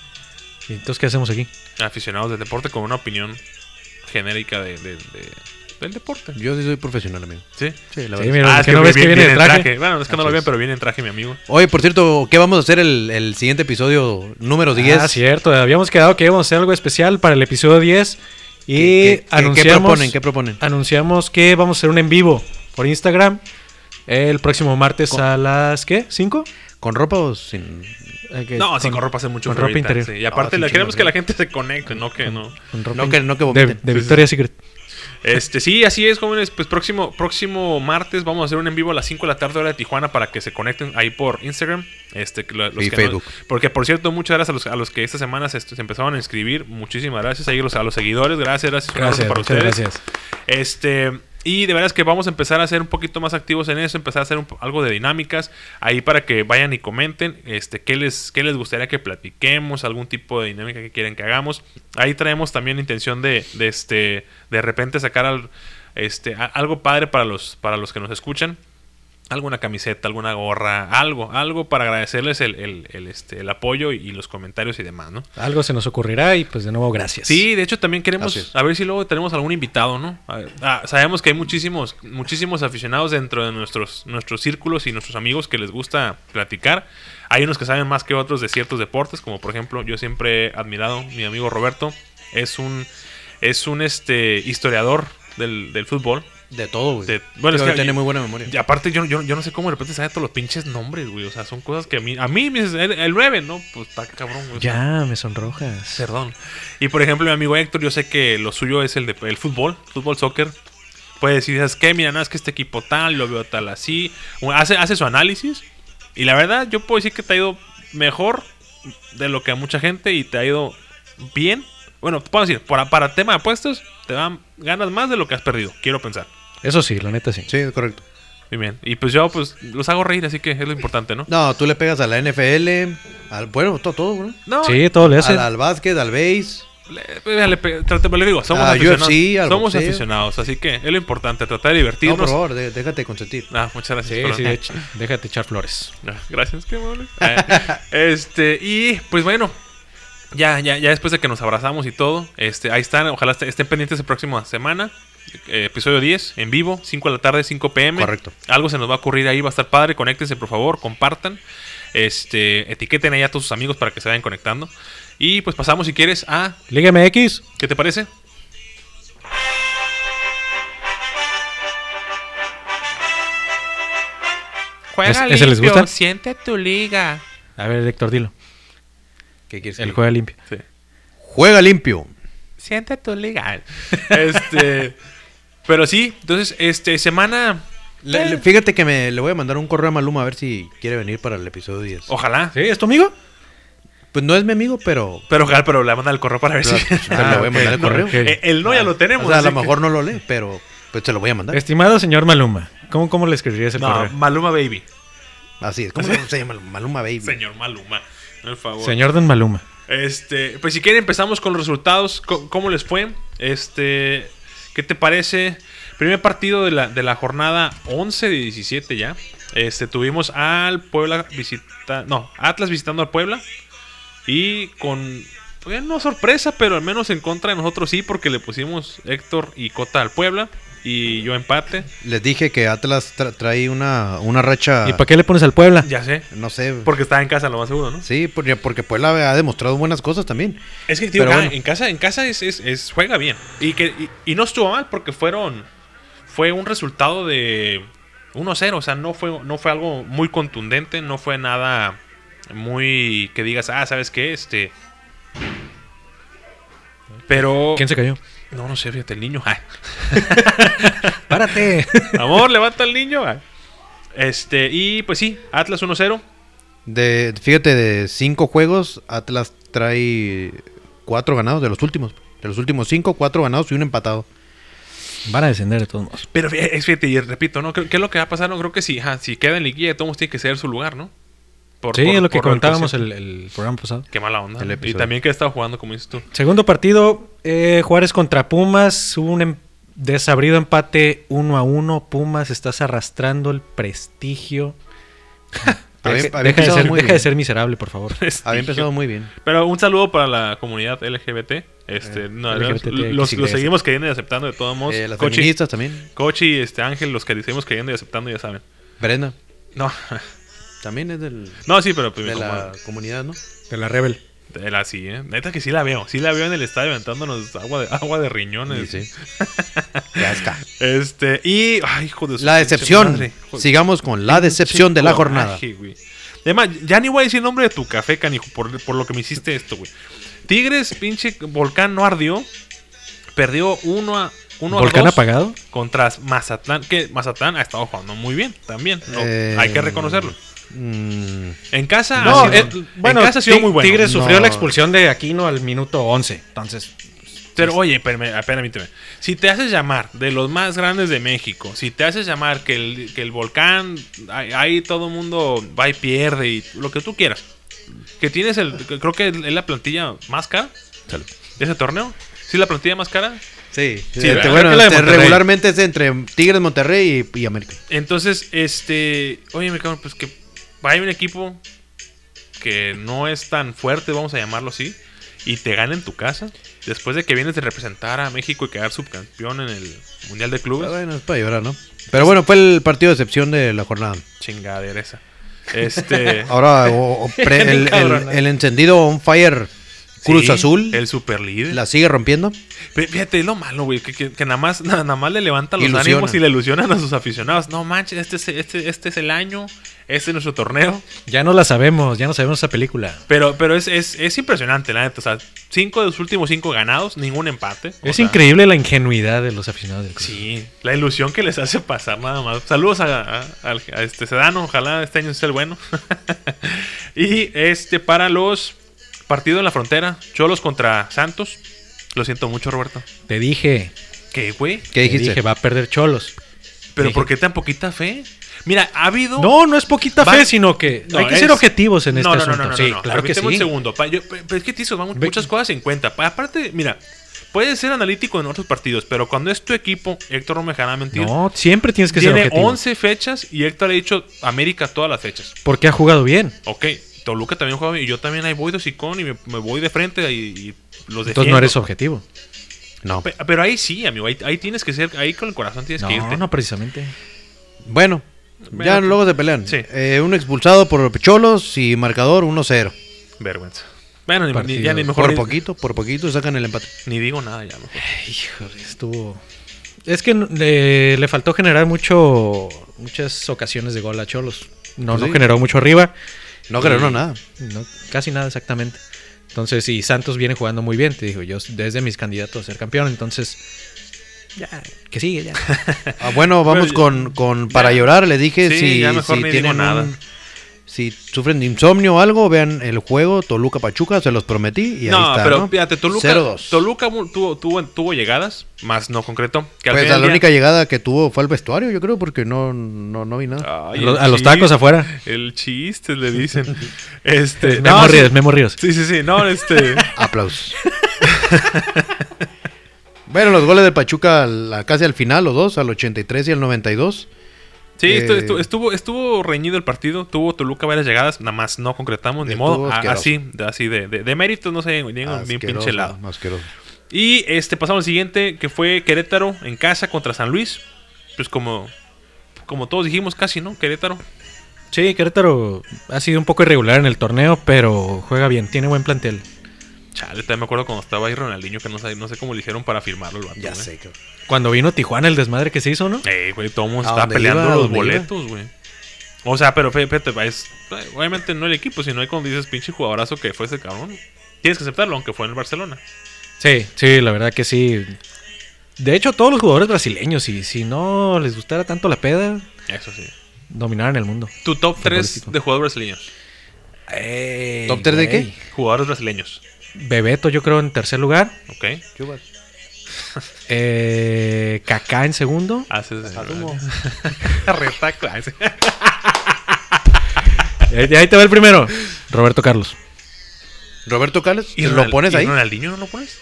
¿Y entonces qué hacemos aquí?
Aficionados del deporte con una opinión genérica de, de- de- del deporte.
Yo sí soy profesional, amigo.
Sí. Ah,
Sí, la
Sí,
verdad.
mira. Pero ¿por qué no ves que viene de traje?
Bueno, es que no lo
Así
ven,
es.
pero viene en traje, mi amigo.
Oye, por cierto, ¿qué vamos a hacer el, el siguiente episodio número 10?
Ah, cierto. Habíamos quedado que íbamos a hacer algo especial para el episodio 10. Y
¿Qué- qué- qué-
anunciamos,
¿Qué proponen? ¿Qué proponen?
anunciamos que vamos a hacer un en vivo por Instagram el próximo martes
Con-
a las, ¿qué? ¿5?
¿Con ropa o sin.?
No, sí, con ropa hace mucho
con
frío
ropa
ahorita,
interior.
sí. Y
Ah,
aparte,
sí,
la- queremos
chingo,
que la
sí.
gente se conecte, no que no.
con ropa
No que, no que
de,
vomiten.
de Victoria's Secret.
Este, sí, así es, jóvenes. Pues próximo, próximo martes vamos a hacer un en vivo a las 5 de la tarde hora de Tijuana para que se conecten ahí por Instagram. Este, que lo- los
Y
que no-
Facebook.
porque, por cierto, muchas gracias a los, a los que esta semana se, se empezaron a inscribir. Muchísimas gracias ahí los- a los seguidores. Gracias, gracias. Un abrazo
Gracias,
para
muchas
ustedes.
gracias.
Este, y de veras que vamos a empezar a ser un poquito más activos en eso, empezar a hacer un po- algo de dinámicas ahí para que vayan y comenten este, qué, les, qué les gustaría que platiquemos, algún tipo de dinámica que quieren que hagamos. Ahí traemos también la intención de, de, este, de repente sacar al- este, a- algo padre para los, para los que nos escuchan alguna camiseta, alguna gorra, algo, algo para agradecerles el, el- el, este, el apoyo y, y los comentarios y demás, ¿no?
Algo se nos ocurrirá y pues de nuevo gracias.
Sí, de hecho también
Así
queremos
es.
a ver si luego tenemos algún invitado, ¿no? A ver, ah, sabemos que hay muchísimos, muchísimos aficionados dentro de nuestros, nuestros círculos y nuestros amigos que les gusta platicar. Hay unos que saben más que otros de ciertos deportes, como por ejemplo, yo siempre he admirado a mi amigo Roberto. Es un, es un este historiador del, del fútbol.
De todo, güey.
De- bueno, es
Creo
que-
que tiene muy buena memoria.
Y aparte, yo, yo, yo no sé cómo de repente sabe todos los pinches nombres, güey. O sea, son cosas que a mí, a mí me dices, el, el 9, ¿no? Pues está cabrón, güey.
Ya, me sonrojas.
Perdón. Y por ejemplo, mi amigo Héctor, yo sé que lo suyo es el, de, el fútbol, fútbol soccer. Puede decir, ¿sabes qué? Mira, nada, es que este equipo tal, lo veo tal así. O Hace, hace su análisis. Y la verdad, yo puedo decir que te ha ido mejor de lo que a mucha gente y te ha ido bien. Bueno, puedo decir, para, para tema de apuestas, te van, ganas más de lo que has perdido. Quiero pensar.
Eso sí, la neta sí.
Sí, es correcto.
Muy bien. Y pues yo, pues, los hago reír, así que es lo importante, ¿no?
No, tú le pegas a la NFL, al. Bueno, todo, todo, güey.
No,
Sí, todo le hace.
Al, al básquet, al base.
Le, pues, le- le pe- trate- le digo, somos
A
aficionados.
Ah, UFC, al
somos
boxeo.
aficionados, así que es lo importante, tratar de
No,
divertirnos.
por favor, de- déjate consentir.
Ah, muchas gracias.
Sí,
perdón.
sí, de hecho, déjate echar flores.
Ah, Gracias, qué amable. Ah, este, y pues bueno, ya, ya, ya después de que nos abrazamos y todo, este, ahí están, ojalá est- estén pendientes la próxima semana. eh, episodio 10, en vivo, 5 de la tarde, 5 pm.
Correcto.
Algo se nos va a ocurrir ahí, va a estar padre. Conéctense, por favor, compartan. Este, etiqueten ahí a todos sus amigos para que se vayan conectando. Y pues pasamos, si quieres, a.
Liga MX,
¿Qué te parece?
Juega ¿Ese- ese les limpio, gusta?
siente tu liga.
A ver, Héctor, dilo.
¿Qué quieres
El
que-
juega limpio.
Sí.
Juega limpio.
Siente tu liga. Este. pero sí, entonces, este, semana.
Le- le- fíjate que me le voy a mandar un correo a Maluma a ver si quiere venir para el episodio 10.
Ojalá.
¿Sí? ¿Es tu amigo?
Pues no es mi amigo, pero.
Pero ojalá, pero le manda el correo para ver si.
pero le voy a
Ah, ok,
mandar el
no,
correo. Ah,
ok.
Eh, el no ya lo tenemos.
O sea, a
así
lo
que-
mejor no lo lee, pero pues se lo voy a mandar.
Estimado señor Maluma, ¿cómo, cómo le escribiría ese
No,
correo?
Maluma Baby.
Así es. ¿Cómo se llama? Maluma Baby.
Señor Maluma. Por favor.
Señor Don Maluma.
Este, pues si quieren empezamos con los resultados, co- cómo, les fue. Este, ¿qué te parece? Primer partido de la, de la jornada 11 de 17 ya. Este, tuvimos al Puebla visita, no, Atlas visitando al Puebla y con pues, no sorpresa, pero al menos en contra de nosotros sí porque le pusimos Héctor y Cota al Puebla y yo empate.
Les dije que Atlas tra- trae una, una racha.
¿Y para qué le pones al Puebla?
Ah. Ya sé,
No sé.
porque estaba en casa lo más seguro, ¿no?
Sí, porque, porque Puebla ha demostrado buenas cosas también.
Es que tío,
Pero
acá
bueno.
en casa, en casa es, es- es- juega bien. Y que y, y no estuvo mal porque fueron. Fue un resultado de 1-0. O sea, no fue, no fue algo muy contundente. No fue nada muy que digas, ah, ¿sabes qué? Este. Pero.
¿Quién se cayó?
No, no sé, fíjate, el niño. ay.
¡Párate!
Amor, levanta al niño. ay. Este, y pues sí, Atlas 1-0.
De, fíjate, de cinco juegos, Atlas trae cuatro ganados de los últimos. De los últimos cinco, cuatro ganados y un empatado.
Van a descender de todos modos.
Pero fí- es- fíjate, y repito, ¿no? Creo- ¿Qué es lo que va a pasar? No creo que si, ajá, si queda en liguilla, todos tiene que ceder su lugar, ¿no? Por-
sí,
por-
es lo que
por
comentábamos
el...
el, el programa pasado.
Qué mala onda.
el
¿no? Y
episodio.
también que estaba jugando, como dices tú.
Segundo partido, eh, Juárez contra Pumas. Hubo un em- desabrido empate 1 a 1. Pumas, estás arrastrando el prestigio.
Había, em-,
Deja,
había
deja de,
empezado
ser,
muy
deja de
bien.
ser miserable, por favor.
Había empezado muy bien.
Pero un saludo para la comunidad LGBT. Este,
Eh,
no,
LGBT,
los, los-
sí,
los
sí.
seguimos queriendo y aceptando de todos modos.
Eh, las
Cochi,
feministas también.
Cochi y este Ángel, los que seguimos queriendo y aceptando, ya saben.
Brenda.
No,
También es del,
no sí, pero pues,
de
me
la
incomoda.
comunidad, ¿no?
De la Rebel.
De la sí, ¿eh? Neta que sí la veo. Sí la veo en el estadio aventándonos agua de, agua de
Y
riñones.
sí. Casca.
Este, y. Ay, hijo de su
La
pinche
decepción.
madre. Hijo de
Sigamos con la decepción de la
Coraje,
jornada.
oh, güey. Además, ya ni voy a decir el nombre de tu café, canijo, por, por lo que me hiciste esto, güey. Tigres, pinche volcán no ardió. Perdió uno a uno a
¿Volcán
dos
apagado?
contra Mazatlán. Que Mazatlán ha estado jugando muy bien también. ¿no?
Eh,
hay que reconocerlo.
Mm,
En casa,
No,
ha sido-
eh,
Ah, en
bueno,
casa ha sido
Ti-
muy bueno.
Tigres sufrió
No.
la expulsión de Aquino al minuto 11. Entonces,
Pero oye, espérame, espérame, espérame. Si te haces llamar de los más grandes de México, si te haces llamar que el, que el volcán, ahí- ahí todo el mundo va y pierde y lo que tú quieras. Que tienes el, que creo que es la plantilla más cara de ese torneo. Sí, la plantilla más cara.
Sí, Este,
Sí, creo
bueno,
que la de
este,
Monterrey.
regularmente es entre Tigres, Monterrey y, y América.
Entonces, este, oye, me cago, en- pues que vaya un equipo que no es tan fuerte, vamos a llamarlo así, y te gana en tu casa. Después de que vienes de representar a México y quedar subcampeón en el Mundial de Clubes.
Pero bueno, es para llorar, ¿no? Pero bueno, fue el partido de excepción de la jornada.
Chingadera esa. Este.
Ahora, o- o pre- el, el- el encendido on fire Cruz
sí,
Azul
El super líder.
la sigue rompiendo.
Fíjate, es lo malo, güey. Que, que- que nada, más, na- nada más le levanta los
Ilusiona.
ánimos y le ilusionan a sus aficionados. No manches, este es, este, este es el año. Este es nuestro torneo.
ya no la sabemos, ya no sabemos esa película.
Pero, pero es, es, es impresionante, la neta. O sea, cinco de los últimos cinco ganados, ningún empate. O
Es
sea,
increíble la ingenuidad de los aficionados del club.
Sí, la ilusión que les hace pasar nada más. Saludos a, a- al- a este Sedano, ojalá este año sea el bueno. y este para los partidos en la frontera, Cholos contra Santos. Lo siento mucho, Roberto.
Te dije,
¿Qué, güey?
¿Qué
te
dijiste?
dije, va a perder Cholos.
¿Pero
Dije-
por qué tan poquita fe? Mira, ha habido...
No, no es poquita
Va-
fe, sino que
No,
hay que
es-
ser objetivos en este
no, no,
asunto.
No, no, no,
sí,
no, no.
claro que sí.
Permíteme un segundo. pa- yo- pe- pero es que Tizo, vamos
Ve-
muchas cosas en cuenta. Pa- aparte, mira, puedes ser analítico en otros partidos, pero cuando es tu equipo, Héctor no me dejará mentir.
No, siempre tienes que ser
tiene
objetivo.
11 fechas y Héctor ha dicho América todas las fechas.
Porque ha jugado bien.
Ok, Toluca también juega bien, y yo también ahí voy de hocicón y me, me voy de frente y, y los defiendo.
Entonces no eres objetivo.
No.
Pe- Pero ahí sí, amigo, ahí, ahí tienes que ser, ahí con el corazón tienes que irte.
No, no precisamente.
Bueno, ya
Bueno,
luego se pelean.
sí.
Eh, un expulsado por Cholos y marcador 1-0.
Vergüenza. Bueno, ni- ni,
Partido.
ya ni mejor
Por
ni,
poquito, por poquito sacan el empate.
ni digo nada ya. mejor.
Híjole, estuvo. Es que eh, le faltó generar mucho, muchas ocasiones de gol a Cholos. No,
Pues
no
sí.
generó mucho arriba.
No creo,
Y-
no, nada.
No, casi nada exactamente. Entonces, y Santos viene jugando muy bien, te digo, yo desde mis candidatos a ser campeón, entonces ya, que sigue ya.
Ah, bueno, vamos
Pero-
con, con Para
ya.
Llorar. Le dije
Sí,
si,
ya mejor
si
ni digo
tienen
nada.
un- si sufren de insomnio o algo, vean el juego Toluca Pachuca, se los prometí y ahí
no,
está.
pero
¿no?
fíjate, Toluca,
0-2.
Toluca mu- tuvo, tuvo, tuvo llegadas, más no concreto. Que al
Pues la
final del
única
día-
llegada que tuvo fue al vestuario, yo creo, porque no, no, no vi nada.
A,
Ay,
lo-
el
a los
chis-
tacos afuera.
El chiste le dicen. este,
Memo
no, sí-
Ríos, Memo Ríos.
Sí, sí, sí, no, este.
Aplausos. bueno, los goles del Pachuca al- a- casi al final, los dos, al 83 y al 92.
Sí,
Eh,
estu- estu- estuvo, estuvo reñido el partido. Tuvo Toluca varias llegadas, nada más no concretamos, ni
Estuvo
modo. A-
asqueroso.
así, de- así de, de, de méritos, no sé, ni un ni un
Asqueroso,
pinche lado.
asqueroso.
Y este pasamos al siguiente, que fue Querétaro en casa contra San Luis. Pues como, como todos dijimos, casi, ¿no? Querétaro.
Sí, Querétaro ha sido un poco irregular en el torneo, pero juega bien, tiene buen plantel.
Chale, también me acuerdo cuando estaba ahí Ronaldinho, que no sé, no sé cómo le hicieron para firmarlo el vato,
Ya
güey.
sé, cabrón.
Cuando vino Tijuana el desmadre que se hizo, ¿no?
Ey, güey, todo el mundo
¿A
estaba
dónde
peleando
iba? ¿A
los
dónde iba?
boletos, güey. O sea, pero fe- fíjate, es- obviamente no el equipo, sino hay cuando dices pinche jugadorazo que fue ese cabrón. Tienes que aceptarlo, aunque fue en el Barcelona.
Sí, sí, la verdad que sí. De hecho, todos los jugadores brasileños, si, si no les gustara tanto la peda,
Eso sí.
dominaran el mundo.
Tu top 3
Futbolístico.
de jugadores brasileños.
¿Top tres de qué?
Jugadores brasileños.
Bebeto, yo creo, en tercer lugar.
Ok.
Eh, Kaká en segundo.
Haces el- Retaco. Ah, sí.
Eh, ahí te va el primero. Roberto Carlos.
Roberto Carlos,
¿Y
¿lo
Ronald-
pones
y
ahí?
Ronaldinho no lo pones?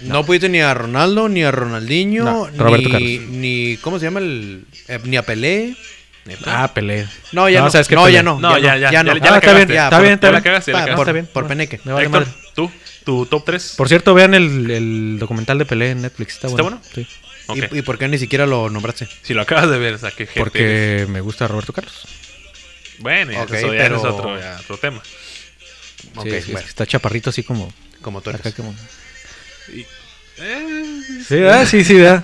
No. pudiste ni a Ronaldo, ni a Ronaldinho,
No,
ni,
Roberto Carlos.
ni. ¿Cómo se llama el.? eh, ni a Pelé.
Ah, Pelé.
No, ya no.
¿sabes qué
no,
Pelé?
ya no.
No, ya, ya,
ya no.
ya, ya la
Ah,
está bien,
cagaste.
está
por-
bien, está
por-
bien.
Ya la cagaste, ya
pa-
la cagaste.
por-
Está bien.
Por peneque.
Me vale
Héctor,
madre.
¿tú? ¿Tu top 3?
Por cierto, vean el, el documental de Pelé en Netflix. Está
¿Está
bueno. Sí.
¿Y- ¿Y, por qué ni siquiera lo nombraste?
Si lo acabas de ver, o sea, qué gente eres.
Porque me gusta Roberto Carlos.
Bueno, ya
Ok,
eso ya
pero-
es otro, ya, otro tema.
Ok,
Sí, sí,
bueno,
Está chaparrito así como...
como tú eres.
acá como-
Y- eh,
Sí, ah, sí, sí, da.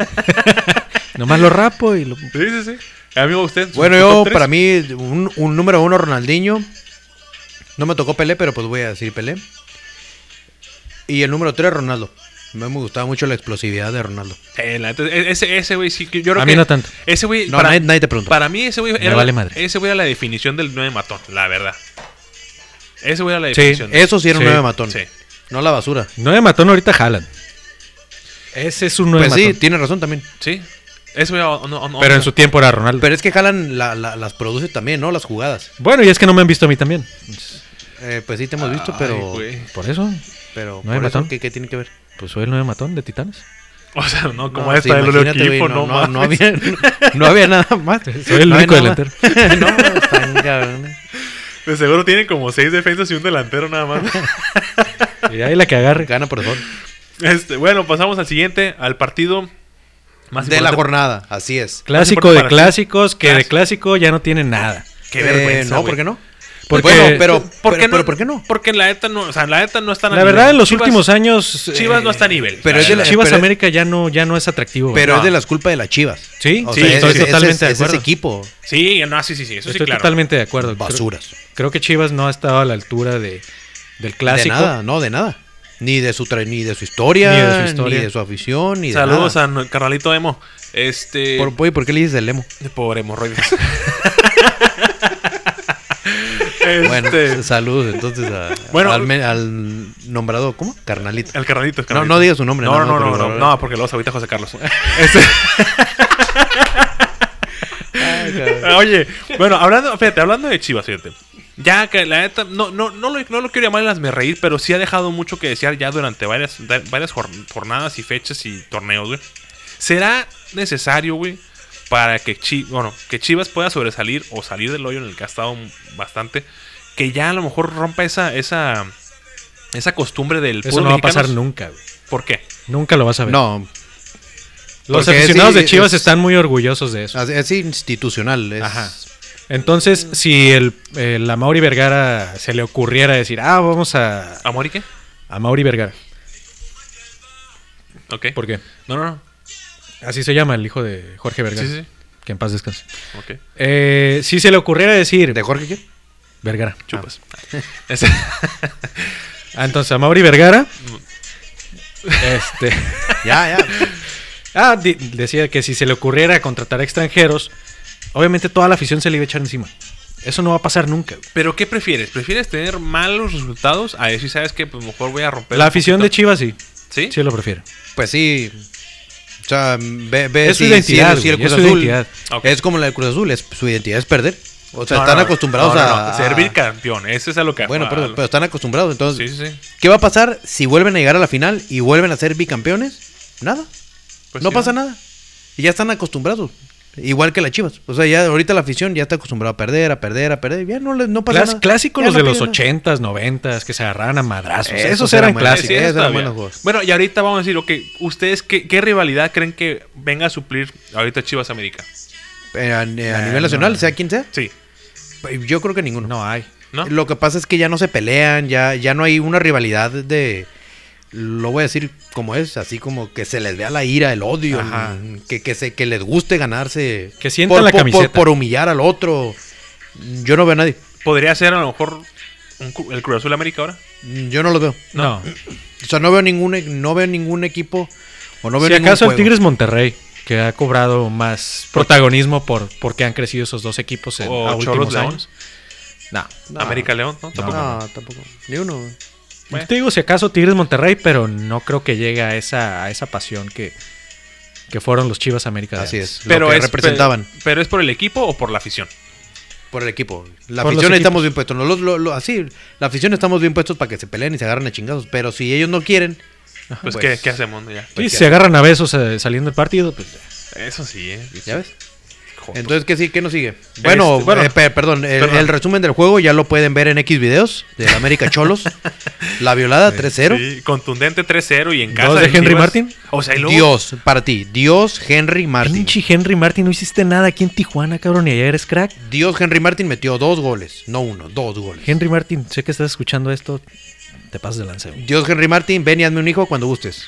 Nomás lo rapo y lo...
sí, sí, sí. Amigo, usted. su-
Bueno,
su
yo
top tres.
para mí, un, un número uno, Ronaldinho. No me tocó Pelé, pero pues voy a decir Pelé. Y el número tres, Ronaldo. Me me gustaba mucho la explosividad de Ronaldo.
Eh, la neta, e- ese, ese güey sí. que Yo creo
A mí
que-
no tanto.
Ese güey.
No,
para,
nadie, nadie te preguntó.
para mí, ese güey.
Me
Era,
vale madre.
Ese güey era la definición del 9 matón, la verdad. Ese güey era la
Sí,
definición.
Eso sí era un
Sí,
nueve matón.
sí.
No la basura.
No de matón ahorita jalan. Ese es un nueve
Pues sí,
matón.
tiene razón también.
Sí. Ese güey. o- no- no-
pero
no-
en su tiempo era Ronaldo.
Pero es que Jalan la- la- las produce también, ¿no? Las jugadas.
Bueno, y es que no me han visto a mí también.
Eh, pues sí te hemos visto,
Ay,
pero.
güey.
Por eso,
pero
¿No hay
por eso,
matón?
¿qué, qué tiene que ver?
pues soy el nueve matón de Titanes.
O sea, no, como
No,
esta
sí,
del otro
imagínate, güey,
equipo,
no,
no,
no,
mames.
no había, no había nada más.
Soy el
No había
único
nada más. no, están cabrones.
De seguro tienen como seis defensas y un delantero nada más.
Y ahí la que agarre.
Gana por favor.
Este, bueno, pasamos al siguiente, al partido más
de la
importante.
jornada, así es.
Clásico de
para-
clásicos, que de
Clásico.
clásico ya no tiene nada.
Qué
Eh,
vergüenza.
No,
güey. Pues,
¿por qué no?
Porque-
bueno, pero,
¿Por
pero-
qué no?
pero ¿por qué no?
Porque la ETA no, o sea, la ETA no está
La verdad, en los últimos años. eh,
Chivas no está a nivel.
pero
la
es de la-
verdad.
Chivas
pero-
América ya no, ya no es atractivo.
Pero
¿no?
es de las culpas de las chivas.
Sí,
O
sí,
sea, es-
estoy
es- es-
totalmente
es-
de
es ese
acuerdo.
equipo,
Sí, no, sí, sí, sí, eso
Estoy
sí, claro.
totalmente de acuerdo. Creo-
basuras.
Creo, que Chivas no ha estado a la altura de,
De
del clásico.
nada, no, de nada. Ni de su, tra- ni de su historia,
Ni
ni
de
de
su
su,
historia.
afición, ni de
Saludos
nada.
a no- carnalito Emo. Este.
Por, oye, ¿Por qué le dices el lemo?
Por hemorroides. Este,
Bueno, saludos entonces a-
Bueno, pues,
al, me- al nombrado, ¿cómo? Carnalito.
El carnalito, el
No,
carnalito.
no digas su nombre, no,
No, no, no,
no,
no,
pero-
no, porque lo vas ahorita José Carlos. Este Ah, Oye, bueno, hablando, fíjate, hablando de Chivas, fíjate. Ya que la neta, no, no, no, lo, no lo quiero llamar el asmerreír, pero sí ha dejado mucho que desear ya durante varias, da- varias jor- jornadas y fechas y torneos, güey. ¿Será necesario, güey, para que, Chi- bueno, que Chivas pueda sobresalir o salir del hoyo en el que ha estado bastante? Que ya a lo mejor rompa esa, esa, esa costumbre del
Eso
fútbol
no va a
mexicano.
pasar nunca. güey.
¿Por qué?
Nunca lo vas a ver.
No,
Los
Porque
aficionados
sí,
de Chivas
es- Ah.
están muy orgullosos de eso.
es, es institucional. es-
Ajá. Entonces, si el, eh, la Mauri Vergara se le ocurriera decir, ah, vamos a,
¿Amor y qué?
a Mauri Vergara.
Ok.
¿Por qué?
No, no, no.
Así se llama el hijo de Jorge Vergara.
Sí, sí, sí.
Que en paz descanse.
Ok.
Eh, si se le ocurriera decir,
¿De Jorge qué?
Vergara.
Chupas. Este-
Ah, entonces, a Mauri Vergara.
Mm.
este.
Ya, ya.
Ah, di- decía que si se le ocurriera contratar extranjeros, obviamente toda la afición se le iba a echar encima. Eso no va a pasar nunca. güey.
Pero ¿qué prefieres? ¿Prefieres tener malos resultados? A decir, sabes que pues mejor voy a romper.
la
un
afición de
poquito"?
Chivas sí.
¿Sí?
Sí lo prefiere.
Pues sí. O sea, ve, ve
Es su
si-
identidad,
si- si el
güey, es
Cruz
su
Azul
identidad.
Ok.
es como la del Cruz Azul, es, su identidad es perder. O sea,
No,
están
no, no.
acostumbrados
No, no,
a,
no. Servir campeón. Ese es a lo que.
Bueno,
a-
pero, pues,
a-
pero están acostumbrados. Entonces,
Sí, sí, sí.
¿qué va a pasar si vuelven a llegar a la final y vuelven a ser bicampeones? Nada.
Pues
no
sí,
pasa nada. Y ya están acostumbrados. Igual que las chivas. O sea, ya ahorita la afición ya está acostumbrada a perder, a perder, a perder. Ya no, les- no pasa
Clas-
nada.
Clásicos
Ya
los
no
de los
piden nada.
80s, 90s, que se agarraban a madrazos.
Esos
Esos
eran
eran
buenos.
clásicos.
sí, esos
está
eran
bien.
buenos juegos.
Bueno, y ahorita vamos a decir, ok, ¿ustedes qué, qué rivalidad creen que venga a suplir ahorita Chivas América?
Eh, a, a nivel
no,
nacional,
Ah, no.
sea quien sea.
Sí.
Yo creo que ninguno.
No hay.
¿No?
Lo que pasa es que ya no se pelean, ya, ya no hay una rivalidad de. Lo voy a decir como es, así como que se les vea la ira, el odio,
Ajá.
el- que, que, se, que les guste ganarse.
Que sientan la camiseta.
Por, humillar al otro. Yo no veo a nadie.
¿Podría ser a lo mejor un cu- el Cruz Azul América ahora?
Yo no los veo.
No.
O sea, no veo ningún, e- no veo ningún equipo. O no veo
si
ningún
acaso el
juego.
Tigres Monterrey, que ha cobrado más protagonismo por porque han crecido esos dos equipos en a
¿O
últimos
Choros León?
años. No.
No,
¿América León? No, tampoco.
No, tampoco. Ni uno.
Yo te digo, si acaso Tigres Monterrey, pero no creo que llegue a esa, a esa pasión que, que fueron los Chivas América. de
Así
antes.
es. Pero lo que
es-
representaban
pe- pero es por el equipo o por la afición.
por el equipo. La
Por los
afición estamos
equipos.
bien puestos. No los- lo- lo- así, la afición estamos bien puestos para que se peleen y se agarren a chingazos. Pero si ellos no quieren,
Pues,
Pues-
¿qué, qué hacemos ya?
Sí, si se agarran a besos eh, saliendo del partido, pues ya.
Eso sí, ¿eh?
¿ya ves?
Jotos.
Entonces, ¿qué, sí, qué nos sigue? Bueno,
Este, bueno.
eh, pe- perdón, el,
Perdón.
el resumen del juego ya lo pueden ver en X videos del América Cholos. la violada 3-0.
Sí, contundente 3-0 y en casa.
¿Dos de
del
Henry
Chivas.
Martin?
O sea, y luego-
Dios, para ti. Dios Henry Martin.
Pinche Henry Martin, no hiciste nada aquí en Tijuana, cabrón, y ayer eres crack.
Dios Henry Martin metió dos goles. No uno, dos goles.
Henry Martin, sé que estás escuchando esto, te pasas de lanceo.
Dios Henry Martin, ven y hazme un hijo cuando gustes.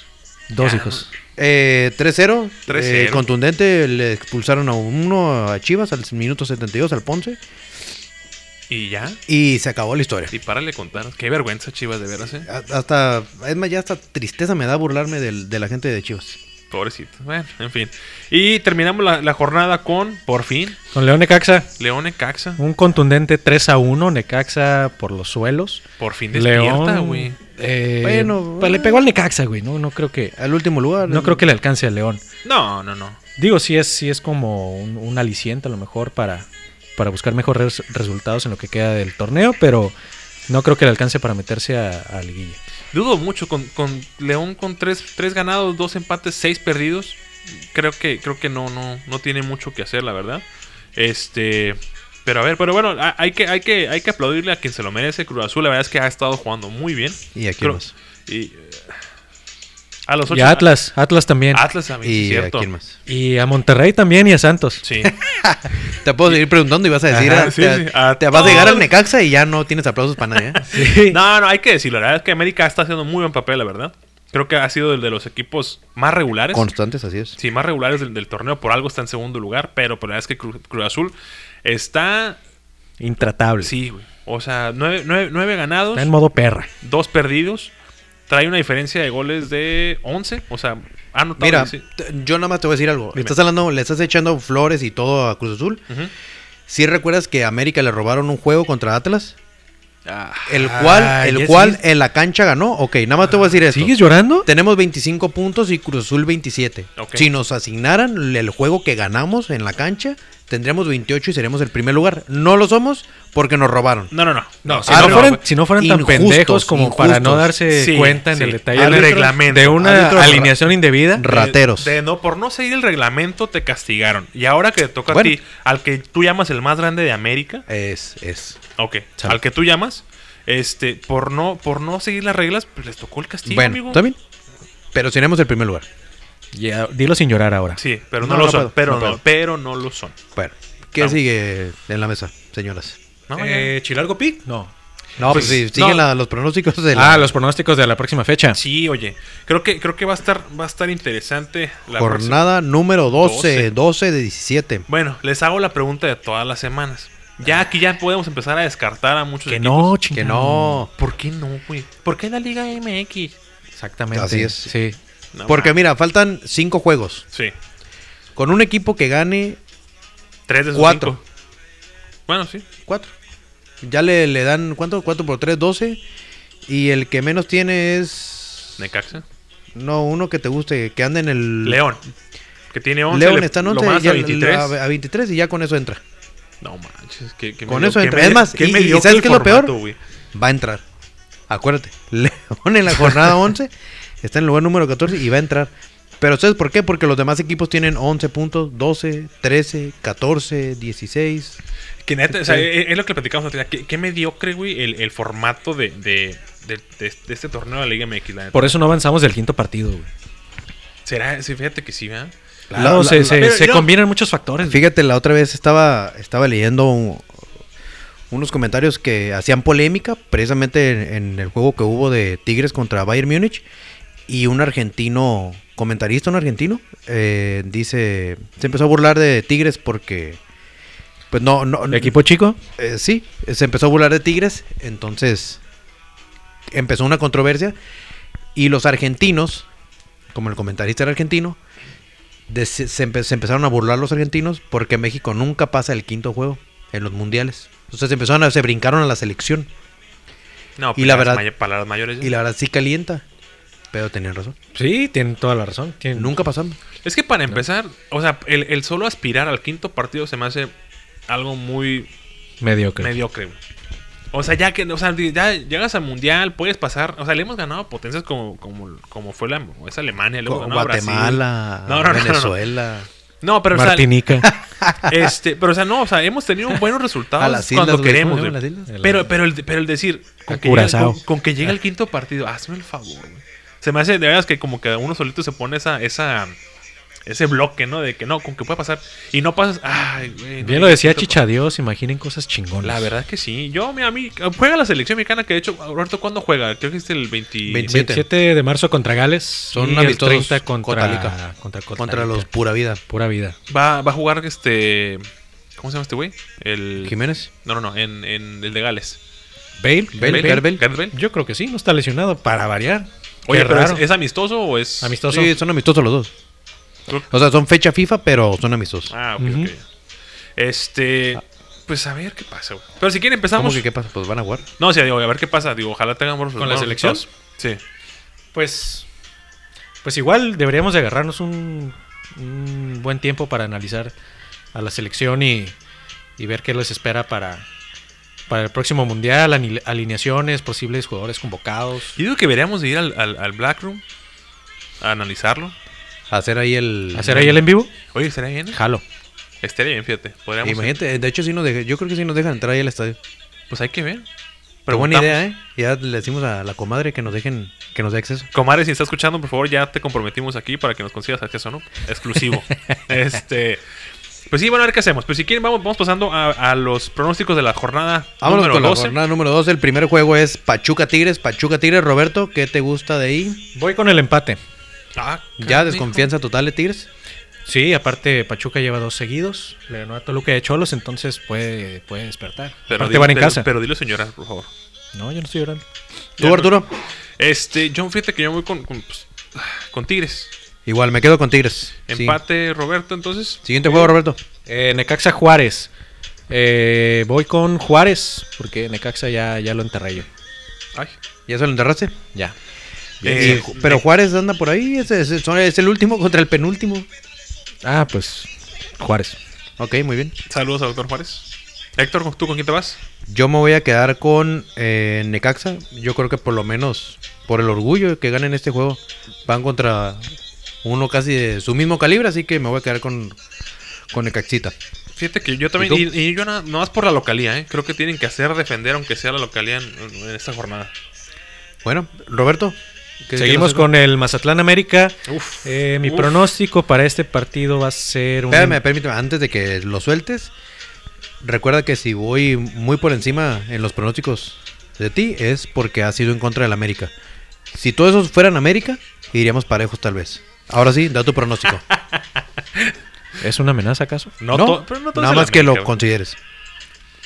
Dos
Ya,
hijos.
Eh, 3-0.
3-0.
eh, contundente. Le expulsaron a uno a Chivas al minuto 72, al Ponce.
Y ya.
Y se acabó la historia.
Y párale de contar. Qué vergüenza, Chivas, de veras, ¿eh?
A- Hasta, es más, ya hasta tristeza me da burlarme del- de la gente de Chivas.
Pobrecito. Bueno, en fin. Y terminamos la, la jornada con, por fin,
Con León Necaxa,
León Caxa.
un contundente 3 a 1, Necaxa por los suelos.
Por fin despierta, güey.
León. eh,
Bueno,
pues le pegó al Necaxa, güey. No, no creo que.
Al último lugar.
No creo que le alcance al León.
No, no, no.
Digo, sí es, sí es como un, un aliciente a lo mejor para, para buscar mejores res- resultados en lo que queda del torneo, pero no creo que le alcance para meterse a, a liguilla.
Dudo mucho con, con León con tres, tres ganados, dos empates, seis perdidos. Creo que, creo que no, no, no tiene mucho que hacer, la verdad. Este. Pero a ver, pero bueno, a- hay que, hay que, hay que aplaudirle a quien se lo merece. Cruz Azul, la verdad es que ha estado jugando muy bien.
Y aquí
Creo-
más.
Y. eh, A los ocho.
Y a Atlas, Atlas también.
Atlas también, sí,
Y
cierto.
a quién más.
Y a Monterrey también y a Santos.
Sí.
Te puedo seguir preguntando y vas a decir.
Ajá,
a-
sí,
te,
sí, a
te vas a llegar
todos.
al Necaxa y ya no tienes aplausos para nadie. ¿eh?
Sí.
No, no, hay que decirlo. La verdad es que América está haciendo muy buen papel, la verdad. Creo que ha sido el de los equipos más regulares.
Constantes, así es.
Sí, más regulares del, del torneo. Por algo está en segundo lugar. Pero, pero la verdad es que Cru- Cruz Azul está.
Intratable.
Sí, güey. O sea, nueve, nueve- nueve ganados,
Está en modo perra.
dos perdidos. Trae una diferencia de goles de 11. O sea, ha anotado.
Mira,
sí.
t- yo nada más te voy a decir algo.
Dime.
Estás hablando, le estás echando flores y todo a Cruz Azul.
Ujú.
Si recuerdas que a América le robaron un juego contra Atlas,
Ah,
el
Ah,
cual, el
ya
cual
sigues-
en la cancha ganó. Ok, nada más te voy a decir esto.
¿Sigues llorando?
Tenemos 25 puntos y Cruz Azul 27.
Ok.
Si nos asignaran el juego que ganamos en la cancha, tendríamos 28 y seríamos el primer lugar. No lo somos porque nos robaron.
no, no, no. No,
Si,
Ah,
no
árbitro-
fueran, si no fueran tan
injustos,
pendejos como para no
injustos.
darse
Sí,
cuenta en
sí.
el detalle
Árbitros-
del reglamento de una
árbitros-
alineación indebida.
Ra- rateros.
eh, De, de no, por no seguir el reglamento te castigaron. Y ahora que te toca
Bueno.
a ti, al que tú llamas el más grande de América,
Es, es.
ok,
Sale.
al que tú llamas, este, por no, por no seguir las reglas, pues les tocó el castigo,
bueno,
amigo.
está bien. Pero seríamos el primer lugar.
Ya, dilo sin llorar ahora.
Sí, pero no,
No,
lo
no
son,
puedo,
pero
no
no,
puedo.
pero no lo son.
Bueno, ¿qué
Vamos.
sigue en la mesa, señoras?
No,
Eh, ¿Chilargo Pic? No.
No, pues, si
Pues,
siguen
no.
la- los pronósticos de la
Ah, los pronósticos de la próxima fecha.
ya. Sí, oye, creo que, creo que va a estar, va a estar interesante la próxima-
jornada número 12, 12,
12.
de 17.
Bueno, les hago la pregunta de todas las semanas. Ya aquí ya podemos empezar a descartar a muchos
Que
equipos.
no,
Que
chingada.
no.
¿Por qué no, güey? ¿Por qué la Liga MX?
Exactamente.
Así es.
Sí.
No,
Porque
ma-
mira, faltan 5 juegos.
Sí.
Con un equipo que gane
Tres de sus
Cuatro.
cinco. Bueno, sí.
4. Ya le, le dan, ¿cuánto? 4 por 3, 12. Y el que menos tiene es...
Necaxa.
No, uno que te guste, que ande en el...
León. Que tiene 11.
León
le-
está en
lo
11
mandas
y ya-
a 23.
a 23 y ya con eso entra.
No manches. Que, que
Con
medio-
eso
que
entra.
medio-
Es más,
que
y- y
mediocre
¿sabes
el
qué es lo
formato,
peor?
güey.
va a entrar. Acuérdate, León en la jornada 11 está en el lugar número 14 y va a entrar. Pero ¿sabes por qué? Porque los demás equipos tienen 11 puntos, 12, 13, 14, 16.
Que neta, o sea,
Sí.
es, es lo que platicamos antes. Qué, qué mediocre, güey, el, el formato de, de, de- de- de este torneo de la Liga MX. la neta.
Por eso no avanzamos del quinto partido, güey.
Será, sí, fíjate que sí, ¿verdad?
Claro, se, se-
pero
se
yo-
combinan muchos factores. güey.
Fíjate, la otra vez estaba, estaba leyendo un- unos comentarios que hacían polémica precisamente en, en el juego que hubo de Tigres contra Bayern Múnich. Y un argentino, comentarista, un argentino, eh, dice, se empezó a burlar de Tigres porque... Pues no, no,
¿El equipo chico?
Eh, sí, se empezó a burlar de Tigres, entonces empezó una controversia y los argentinos, como el comentarista era argentino, de- se, se empe- se empezaron a burlar los argentinos porque México nunca pasa el quinto juego en los mundiales. Entonces empezaron a, se brincaron a la selección.
No, pues
Y la
palabras
verdad-
may- palabras mayores. ya.
Y la verdad sí calienta. Pero tenían razón.
Sí, tienen toda la razón. Tienen...
Nunca pasamos.
Es que para empezar, o sea, el, el solo aspirar al quinto partido se me hace algo muy
Mediocre.
mediocre. güey. O sea, ya que, o sea, ya llegas al mundial, puedes pasar. O sea, le hemos ganado a potencias como, como, como fue la, es Alemania, le hemos ganado a Brasil.
Guatemala,
No, no, no, no, no.
Venezuela.
No, pero o sea,
Martinica.
este, pero o sea, no, o sea, hemos tenido buenos resultados
A las islas,
cuando
güey,
queremos.
¿cómo se
güey.
llaman las islas?
Pero, pero el, pero el decir, con
A
que, llega,
Curazao. Ah.
con, con que llegue el quinto partido, hazme el favor. güey. Se me hace de verdad que como que uno solito se pone esa, esa, ese bloque, ¿no? De que no, con que puede pasar. Y no pasas. Ay, güey, no
Bien lo
llegué
decía
al quinto
Chicha Dios, imaginen cosas chingonas.
La verdad que sí. Yo, mira, a mí juega la selección mexicana, que de hecho, Roberto, ¿cuándo juega? Creo que es el 20...
27.
27 de marzo contra Gales. Son y el
amistosos
30 contra
Costa Rica.
Contra, Costa
Contra
Rica.
los pura vida.
Pura vida.
Va, va a jugar este... ¿Cómo se llama este güey? El...
Jiménez.
No, no, no, en, en el de Gales.
Bale.
Bale, Gareth Bale.
Gareth Bale.
Yo creo que sí, no está lesionado, para variar.
Oye,
Qué
pero ¿es,
raro.
es amistoso o es...?
amistoso.
Sí, son amistosos los dos. O sea, son fecha FIFA, pero son amistosos.
Ah, ok,
Ujú.
ok. Este... Pues a ver qué pasa, güey. Pero si quieren
¿Cómo
empezamos...
que qué pasa? Pues van a jugar.
No, o sea, digo, a ver qué pasa. Digo, ojalá tengamos...
¿Con la
buenos
selección?
resultados. Sí.
Pues, pues igual deberíamos de agarrarnos un, un buen tiempo para analizar a la selección y, y ver qué les espera para, para el próximo mundial, ani- alineaciones, posibles jugadores convocados.
Yo digo que deberíamos de ir al, al, al Black Room a analizarlo.
Hacer ahí el. Eh,
¿Hacer ahí el en vivo?
Oye, ¿estaría bien? ¿eh?
Jalo.
Estaría bien, fíjate. Podríamos...
Imagínate, de hecho, sí nos dejan- yo creo que sí nos dejan entrar ahí al estadio.
Pues hay que ver.
Pero buena
Preguntamos.
idea, ¿eh? Ya le decimos a la comadre que nos dejen, que nos dé acceso.
Comadre, si está escuchando, por favor, ya te comprometimos aquí para que nos consigas acceso, ¿no? Exclusivo. este. Pues sí, bueno, a ver qué hacemos. Pues si quieren, vamos, vamos pasando a, a los pronósticos de la jornada
Vámonos
número
con la
12.
jornada número 2. El primer juego es Pachuca Tigres. Pachuca Tigres, Roberto, ¿qué te gusta de ahí?
Voy con el empate.
Ah,
Ya
canijo.
desconfianza total de Tigres.
Sí, aparte Pachuca lleva dos seguidos. Le ganó a Toluca de Cholos, entonces puede, puede despertar.
Pero
aparte
dilo,
van en
pero-
casa.
Pero dilo, señora, por favor.
No, yo no estoy llorando.
¿Tú, Arturo?
Este, John, fíjate que yo voy con, con, pues, con Tigres.
Igual, me quedo con Tigres. Sí.
Empate, Roberto, entonces.
Siguiente juego, Roberto.
Eh, Necaxa Juárez. Eh, voy con Juárez, porque Necaxa ya, ya lo enterré yo.
Ay.
¿Ya se lo enterraste?
Ya.
Eh,
Y- pero Juárez anda por ahí. ese- ese- son- es el último contra el penúltimo.
Ah, pues Juárez.
Ok, muy bien.
Saludos a doctor Juárez. Héctor, ¿tú con quién te vas?
Yo me voy a quedar con eh, Necaxa. Yo creo que por lo menos, por el orgullo que ganen este juego, van contra uno casi de su mismo calibre, así que me voy a quedar con, con Necaxita.
Fíjate que yo también.
¿Y
Y, y yo nada, nada más por la localía, ¿eh? Creo que tienen que hacer defender, aunque sea la localía en- en esta jornada.
Bueno, Roberto. ¿qué-
Seguimos
qué nos-
con el Mazatlán América.
Uf.
Eh, mi
Uf.
pronóstico para este partido va a ser un.
Espérame, permíteme, antes de que lo sueltes, recuerda que si voy muy por encima en los pronósticos de ti, es porque has sido en contra del América. Si todos esos fueran América, iríamos parejos tal vez. Ahora sí, da tu pronóstico.
¿Es una amenaza acaso?
No, to- pero no todos
nada
en
más que lo
América, güey.
consideres.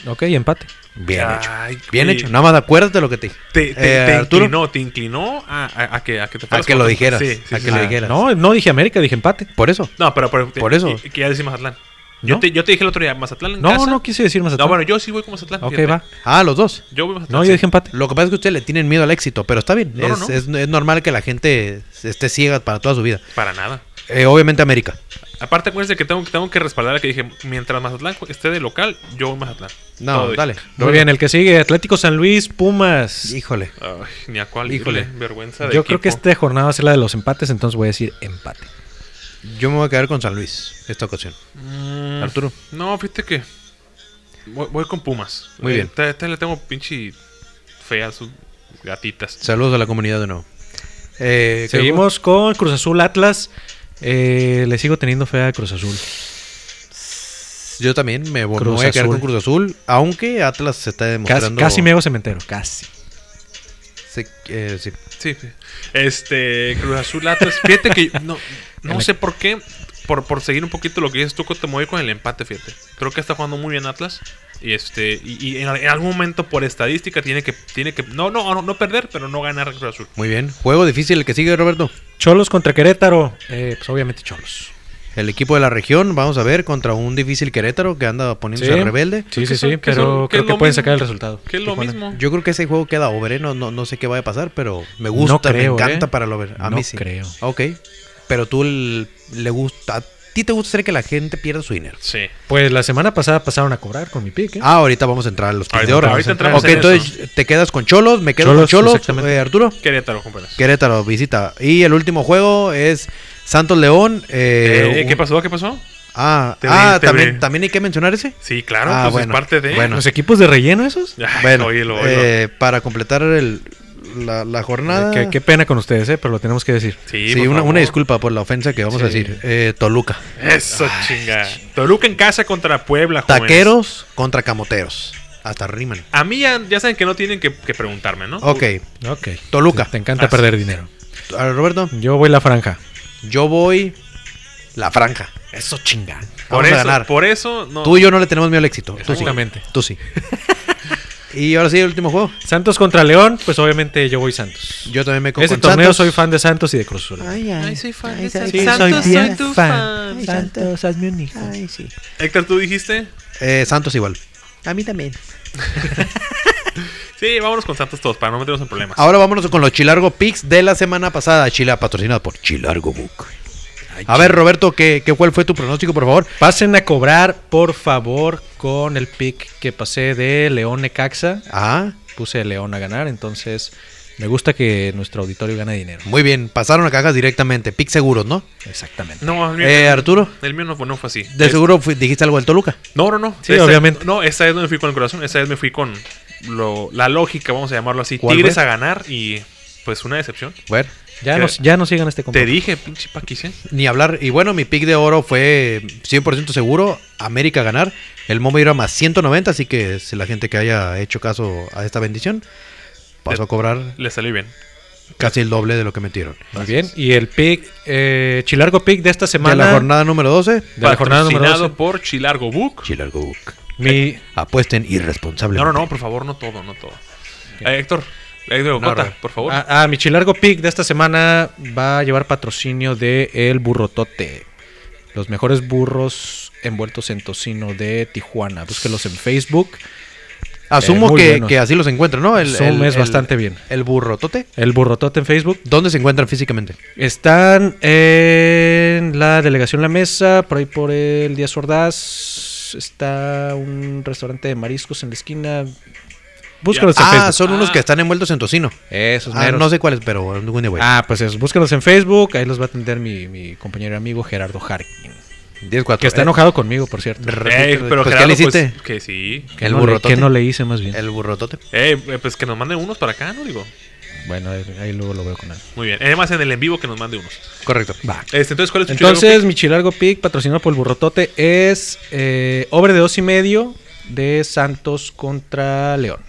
Ok, empate.
Bien
Ay,
hecho. Bien
güey.
hecho. Nada más acuérdate lo que te dije.
Te, te-
Eh,
te
Arturo.
inclinó, te inclinó a, a- a que, a que te fueras
que
con-
lo dijeras,
Sí, sí,
a
sí,
que
sí.
lo
Ah,
dijeras.
No, no dije América, dije empate.
Por eso.
No, pero, pero-
Por eso.
y- que ya decís Mazatlán. Yo,
¿No?
te, yo te dije el otro día, Mazatlán en
No,
casa.
no quise decir
No,
Mazatlán.
bueno, yo sí voy con Mazatlán.
ok,
fíjate.
va.
Ah, los dos.
Yo voy con Mazatlán.
No,
sí.
yo dije empate.
Lo que pasa es que ustedes le tienen miedo al éxito, pero está bien.
No, no,
es,
no.
es- es normal que la gente esté ciega para toda su vida.
Para nada.
Eh, obviamente América.
Aparte, acuérdense que tengo, tengo que respaldar a que dije, mientras Mazatlán esté de local, yo voy Mazatlán.
No,
Todo dije.
dale.
Muy bien, el que sigue, Atlético San Luis, Pumas.
Híjole.
Ay, ni a cuál
Híjole.
Híjole. Vergüenza de
Yo creo que
equipo.
esta jornada va a ser la de los empates, entonces voy a decir empate.
Yo me voy a quedar con San Luis esta ocasión.
este-
Mm,
Arturo.
No, fíjate que. Voy, voy con Pumas.
Muy bien.
Esta, esta le tengo pinche fea a sus gatitas.
Saludos a la comunidad de nuevo. Eh, ¿qué
Seguimos con Cruz Azul Atlas. Eh, le sigo teniendo fe a Cruz Azul.
juego? Yo también me, vo- me
Cruz
voy a quedar
Azul.
con Cruz Azul, aunque Atlas se está
Casi,
demostrando.
casi me hago cementero. Casi.
se- eh, sí.
Sí, sí. Este, Cruz Azul Atlas. Fíjate que no, no sé por qué. Por, por seguir un poquito lo que dices tú, te voy con el empate, fíjate. Creo que está jugando muy bien Atlas. Y este, y, y en, en algún momento por estadística tiene que, tiene que, no, no, no, no perder, pero no ganar Cruz Azul.
Muy bien. Juego difícil el que sigue, Roberto.
Cholos contra Querétaro. Eh, pues obviamente Cholos.
el equipo de la región, vamos a ver, contra un difícil Querétaro que anda poniéndose
Sí.
rebelde.
Sí,
que
sí,
son-
sí,
que son-
pero
que es
creo que
lo
pueden
mismo.
sacar el resultado.
Que es lo
Tijuana.
mismo.
Yo creo que ese juego queda over, ¿eh? no, no, no sé qué vaya a pasar, pero me gusta,
creo,
me encanta
¿eh?
para el over. A
No
mí sí.
creo.
Ok, pero tú el- le gusta, a ti te gusta hacer que la gente pierda su dinero.
Sí.
Pues la semana pasada pasaron a cobrar con mi pique.
Ah, ahorita vamos a entrar a los
Ahorita-
de oro.
ahorita entramos
Ok,
en
entonces te quedas con Cholos, me quedo
Cholos,
con Cholos,
exactamente.
eh, Arturo.
Querétaro, compadre.
Querétaro visita. Y el último juego es Santos León. eh,
Eh, ¿Qué
un-
pasó? ¿Qué pasó?
Ah,
Te
ah,
brin- te
también,
brin-
también hay que mencionar ese.
Sí, claro,
Ah,
pues
bueno,
es parte de.
bueno.
¿Los equipos de relleno esos?
Ay,
bueno,
oílo, oílo.
eh, para completar el- la, la jornada.
Qué, qué pena con ustedes, eh, pero lo tenemos que decir.
sí,
Sí,
por
una,
favor.
una disculpa por la ofensa que vamos a
Sí.
decir. Eh, Toluca.
Eso, chinga. Toluca en casa contra Puebla, jóvenes.
Taqueros contra camoteros. Hasta riman.
A mí ya, ya saben que no tienen que, que preguntarme, ¿no?
Uh.
Ok,
Ok.
Toluca.
Te, te encanta
Ah,
perder dinero.
a ver, Roberto,
Yo voy la franja.
yo voy la franja.
Eso chinga.
por
Vamos
eso,
a ganar.
Por eso, no.
Tú y yo no le tenemos miedo al éxito. Tú sí.
Exactamente.
Tú sí. y ahora sí, el último juego.
Santos contra León, pues obviamente yo voy Santos.
Yo también me
Ese
con
torneo
Santos.
soy fan de Santos y de Cruz Azul.
Ay, soy fan de Santos.
sí,
Santos,
soy
soy,
bien
tu
fan.
fan.
Santos, hazme un hijo.
Héctor, tú dijiste.
Eh, Santos igual.
A mí también.
Sí, vámonos con Santos todos para no meternos en problemas.
Ahora vámonos con los Chilargo Picks de la semana pasada. Chila patrocinado por Chilargo Book. A ver, Roberto, ¿qué, qué, ¿cuál fue tu pronóstico, por favor?
Pasen a cobrar, por favor, con el pick que pasé de León Necaxa.
Ah,
Puse a León a ganar, entonces me gusta que nuestro auditorio gane dinero.
muy bien. Pasaron a cajas directamente. Picks seguros, ¿no?
Exactamente.
No, el mío,
Eh, Arturo,
el mío no, fue- no fue así.
de
Es-
seguro fui- dijiste algo del Toluca.
No, no, no.
Sí,
Esta-
obviamente.
No, esta vez no me fui con el corazón, esta vez me fui con lo- la lógica, vamos a llamarlo así.
¿Cuál
Tigres
fue?
a ganar y pues una decepción.
Bueno,
Ya
¿Qué?
nos, ya no sigan este compa.
Te dije, pinche paquise.
ni hablar. Y bueno, mi pick de oro fue 100% seguro. América ganar. El Momo era más 190, así que si la gente que haya hecho caso a esta bendición pasó a cobrar
Le salió bien.
casi el doble de lo que metieron.
Muy bien. Y el pick, eh, Chilargo pick de esta
De
semana.
la jornada número 12,
de la jornada número
Patrocinado
12.
por Chilargo Book.
Chilargo Book.
Mi,
Apuesten irresponsablemente.
No, no, no, por favor, no todo, no todo. Eh, Héctor, Héctor Ocota,
Robert.
por favor.
Ah, ah, mi chilargo pick de esta semana va a llevar patrocinio de El Burrotote. Los mejores burros envueltos en tocino de Tijuana. Búsquelos en Facebook. Eh,
Asumo
muy
que,
bueno.
que así los encuentran, ¿no? El,
Zoom
el-
es
el-
bastante bien.
El burrotote.
El Burrotote en Facebook.
¿Dónde se encuentran físicamente?
Están en la delegación La Mesa, por ahí por el Díaz Ordaz. Está un restaurante de mariscos en la esquina. Búsquelos en
Ah,
Facebook.
son unos
Ah.
que están envueltos en tocino.
Esos
Ah,
meros.
no sé cuáles, pero algún día voy.
Ah, pues eso. Búsquenos en Facebook. Ahí los va a atender mi, mi compañero y amigo Gerardo Harkin.
10, 4.
Que está enojado conmigo, por cierto.
Eh,
pues,
pero
¿qué
Gerardo,
le hiciste?
pues, que sí.
Que
el
no le-
burrotote.
que no le hice más bien?
El burrotote.
Eh, eh, pues que nos manden unos para acá, ¿no? Digo.
Bueno, ahí, ahí luego lo veo con él.
Muy bien. Además, en el en vivo que nos mande unos.
Correcto.
Este, entonces, ¿cuál es tu
Entonces, mi chilargo pick patrocinado por el burrotote es eh, Obre de dos y medio de Santos contra León.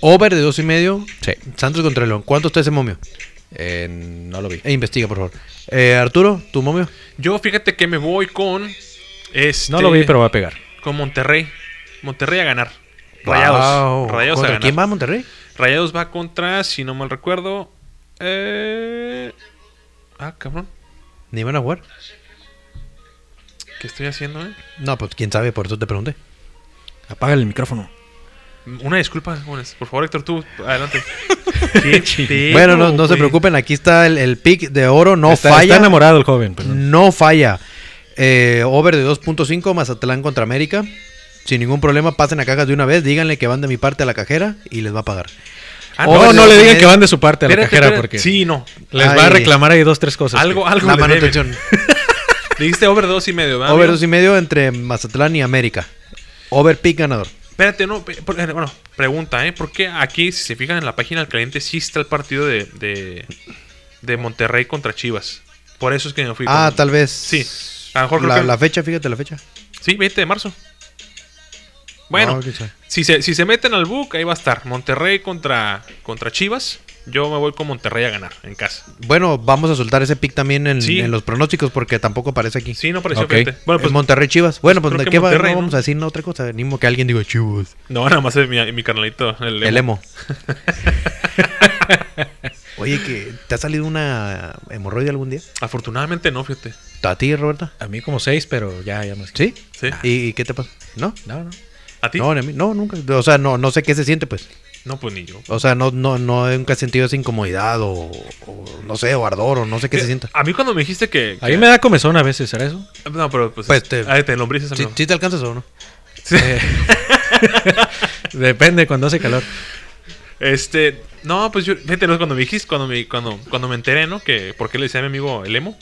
Over de dos y medio.
Sí.
Santos contra León. ¿Cuánto está ese momio?
Eh, no lo vi.
Eh, investiga, por favor. Eh, Arturo, tu momio.
Chilago? Yo fíjate que me voy con. Este,
No lo vi, pero va a pegar.
Con Monterrey. Monterrey a ganar. Rayados.
Wow.
Rayados a
¿Contra
ganar.
quién va Monterrey?
Rayados va contra, si no mal recuerdo. Eh... Ah, cabrón.
Ni van a jugar.
¿Qué estoy haciendo, eh?
No, pues quién sabe, por eso te pregunté.
Apaga el micrófono.
Una disculpa, jóvenes. Por favor, Héctor, tú, adelante. Qué pedo,
bueno, no, no se
Uh, güey.
preocupen, aquí está el, el pick de oro. No
está,
falla.
está enamorado el joven. pero no.
No falla. Eh, over de 2.5, Mazatlán contra América. Sin ningún problema, pasen a cajas de una vez, díganle que van de mi parte a la cajera y les va a pagar.
Ah,
Oh, no,
no,
le
no,
digan
no.
que van de su parte a la
espérate,
cajera
espérate.
porque
Sí, no.
les va a
Ay.
reclamar ahí dos, tres cosas.
Algo, algo
La
le deben.
manutención.
Dijiste over dos y medio, ¿verdad?
Over
amigo?
2.5 y medio entre Mazatlán y América. Over pick ganador.
Espérate, no. pe- por- eh, Bueno, pregunta, ¿eh? Porque aquí, si se fijan en la página del caliente, sí está el partido de, de, de Monterrey contra Chivas. Por eso es que me fui
Ah,
con-
tal vez.
Sí. A lo mejor creo
La,
que-
la fecha, fíjate la fecha.
Sí, 20 de marzo. Bueno,
No, quién sabe.
Si se, si se meten al book, ahí va a estar. Monterrey contra, contra Chivas. Yo me voy con Monterrey a ganar en casa.
Bueno, vamos a soltar ese pick también en,
Sí.
en los pronósticos porque tampoco aparece aquí.
Sí, no pareció
Ok.
fíjate. Bueno, pues
En Monterrey Chivas. Bueno, pues,
creo
¿de
que
qué va?
Monterrey,
No
¿no?
vamos a decir no, otra cosa. Ni modo que alguien diga Chivas.
no, nada más es mi, mi carnalito, el,
El
emo.
emo. Oye, que ¿te ha salido una hemorroide algún día?
Afortunadamente no, fíjate.
¿A ti, Roberta?
A mí como seis, pero ya, ya me
¿Sí?
Sí.
¿Y, y qué te pasa? ¿No?
No, no.
¿A ti?
Ah, No, ni a mí. no, nunca. O sea, no, no sé qué se siente, pues.
No, pues ni yo.
O sea, no, no, no nunca he sentido esa incomodidad o, o no sé, o ardor o no sé qué se
Mira,
sienta.
A mí cuando me dijiste que...
A mí me da comezón a veces, ¿será eso?
que- No, pero pues...
Pues, te-
ah, te lombrices,
¿Sí,
amigo.
sí te alcanzas o no?
Eh, Depende cuando hace calor.
Este... No, pues yo... Fíjate, no, cuando me dijiste, cuando me, cuando, cuando me enteré, ¿no? Que por qué le decía a mi amigo el emo.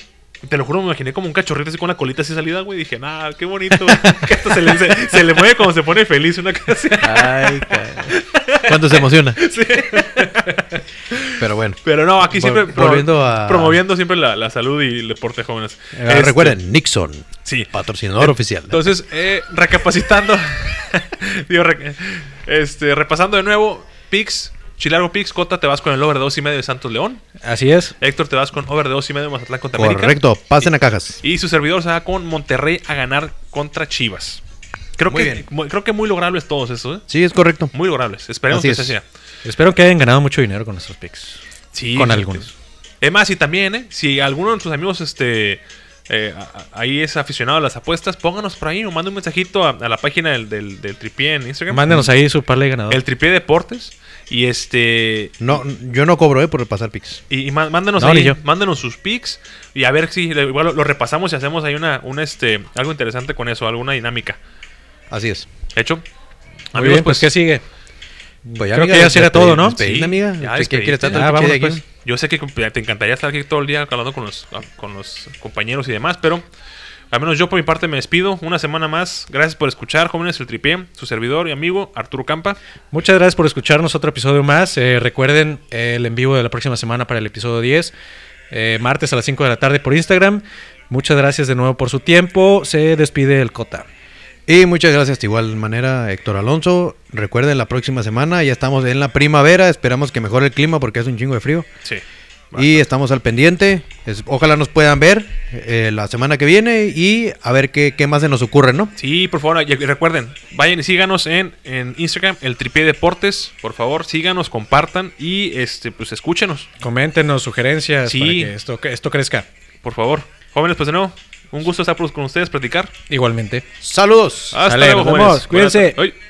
Te lo juro, me imaginé como un cachorrito así con la colita así salida, güey. Dije, nah, qué bonito. que hasta se, le, se- se le mueve cuando se pone feliz una cosa así.
Ay, caray. Cuando se emociona.
Sí.
Pero bueno.
Pero no, aquí siempre
Vol-
pro-
volviendo a-
promoviendo siempre la, la salud y el deporte jóvenes.
Eh,
Este,
Recuerden, Nixon,
Sí.
patrocinador oficial.
Entonces, eh, recapacitando, digo, re- este, repasando de nuevo, Pix, Chilargo Pix, Cota, te vas con el over de dos y medio de Santos León,
Así es.
Héctor te vas con over de dos y medio de Mazatlán contra América.
Correcto, pasen a cajas.
Y su servidor se va con Monterrey a ganar contra Chivas. Creo
Muy
que
bien.
mu- creo que muy logrables todos esos, ¿eh?
Sí, es correcto.
Muy logrables. Esperemos
Así
que
es.
se sea.
Espero que hayan ganado mucho dinero con nuestros picks.
Sí,
Con
fíjate.
algunos.
Es más, y también, ¿eh? si alguno de nuestros amigos este, eh, a- a- ahí es aficionado a las apuestas, pónganos por ahí o mande un mensajito a, a la página del, del, del Tripié en Instagram.
Mándenos ahí su parlay ganador.
El Tripié Deportes. Y este.
No, yo no cobro eh, por pasar pics.
Y, y má- mándenos
No,
ahí,
ni yo.
mándenos sus pics y a ver si le- igual lo, lo repasamos y hacemos ahí una, una este algo interesante con eso, alguna dinámica.
Así es.
¿Hecho?
Muy bien, pues, ¿qué sigue?
Pues
Creo que ya será todo, ¿no?
despedida,
Sí,
amiga. Pues,
ya
¿Qué- ¿Qué
despedida.
quieres tanto?
Ya, Ah,
¿Qué
vámonos, pues.
quieres aquí?
Yo sé que te encantaría estar aquí todo el día hablando con los, ah, con los compañeros y demás, pero al menos yo por mi parte me despido. Una semana más. Gracias por escuchar, jóvenes, el tripié, su servidor y amigo Arturo Campa.
Muchas gracias por escucharnos otro episodio más. Eh, recuerden eh, el en vivo de la próxima semana para el episodio 10, eh, martes a las 5 de la tarde por Instagram. Muchas gracias de nuevo por su tiempo. Se despide el Cota.
Y muchas gracias de igual manera, Héctor Alonso. Recuerden, la próxima semana ya estamos en la primavera. Esperamos que mejore el clima porque hace un chingo de frío.
Sí.
Y estamos al pendiente. Es- ojalá nos puedan ver eh, la semana que viene y a ver qué, qué más se nos ocurre, ¿no?
Sí, por favor, y recuerden, vayan y síganos en, en Instagram, el Tripié Deportes. Por favor, síganos, compartan y este pues escúchenos,
Coméntenos sugerencias
Sí.
para que esto, que esto crezca.
por favor. Jóvenes, pues de nuevo, un gusto estar por- con ustedes, platicar.
Igualmente.
Saludos.
Hasta
Sale,
luego,
nos
jóvenes.
vemos. Cuídense.
Buenas tardes. Ay.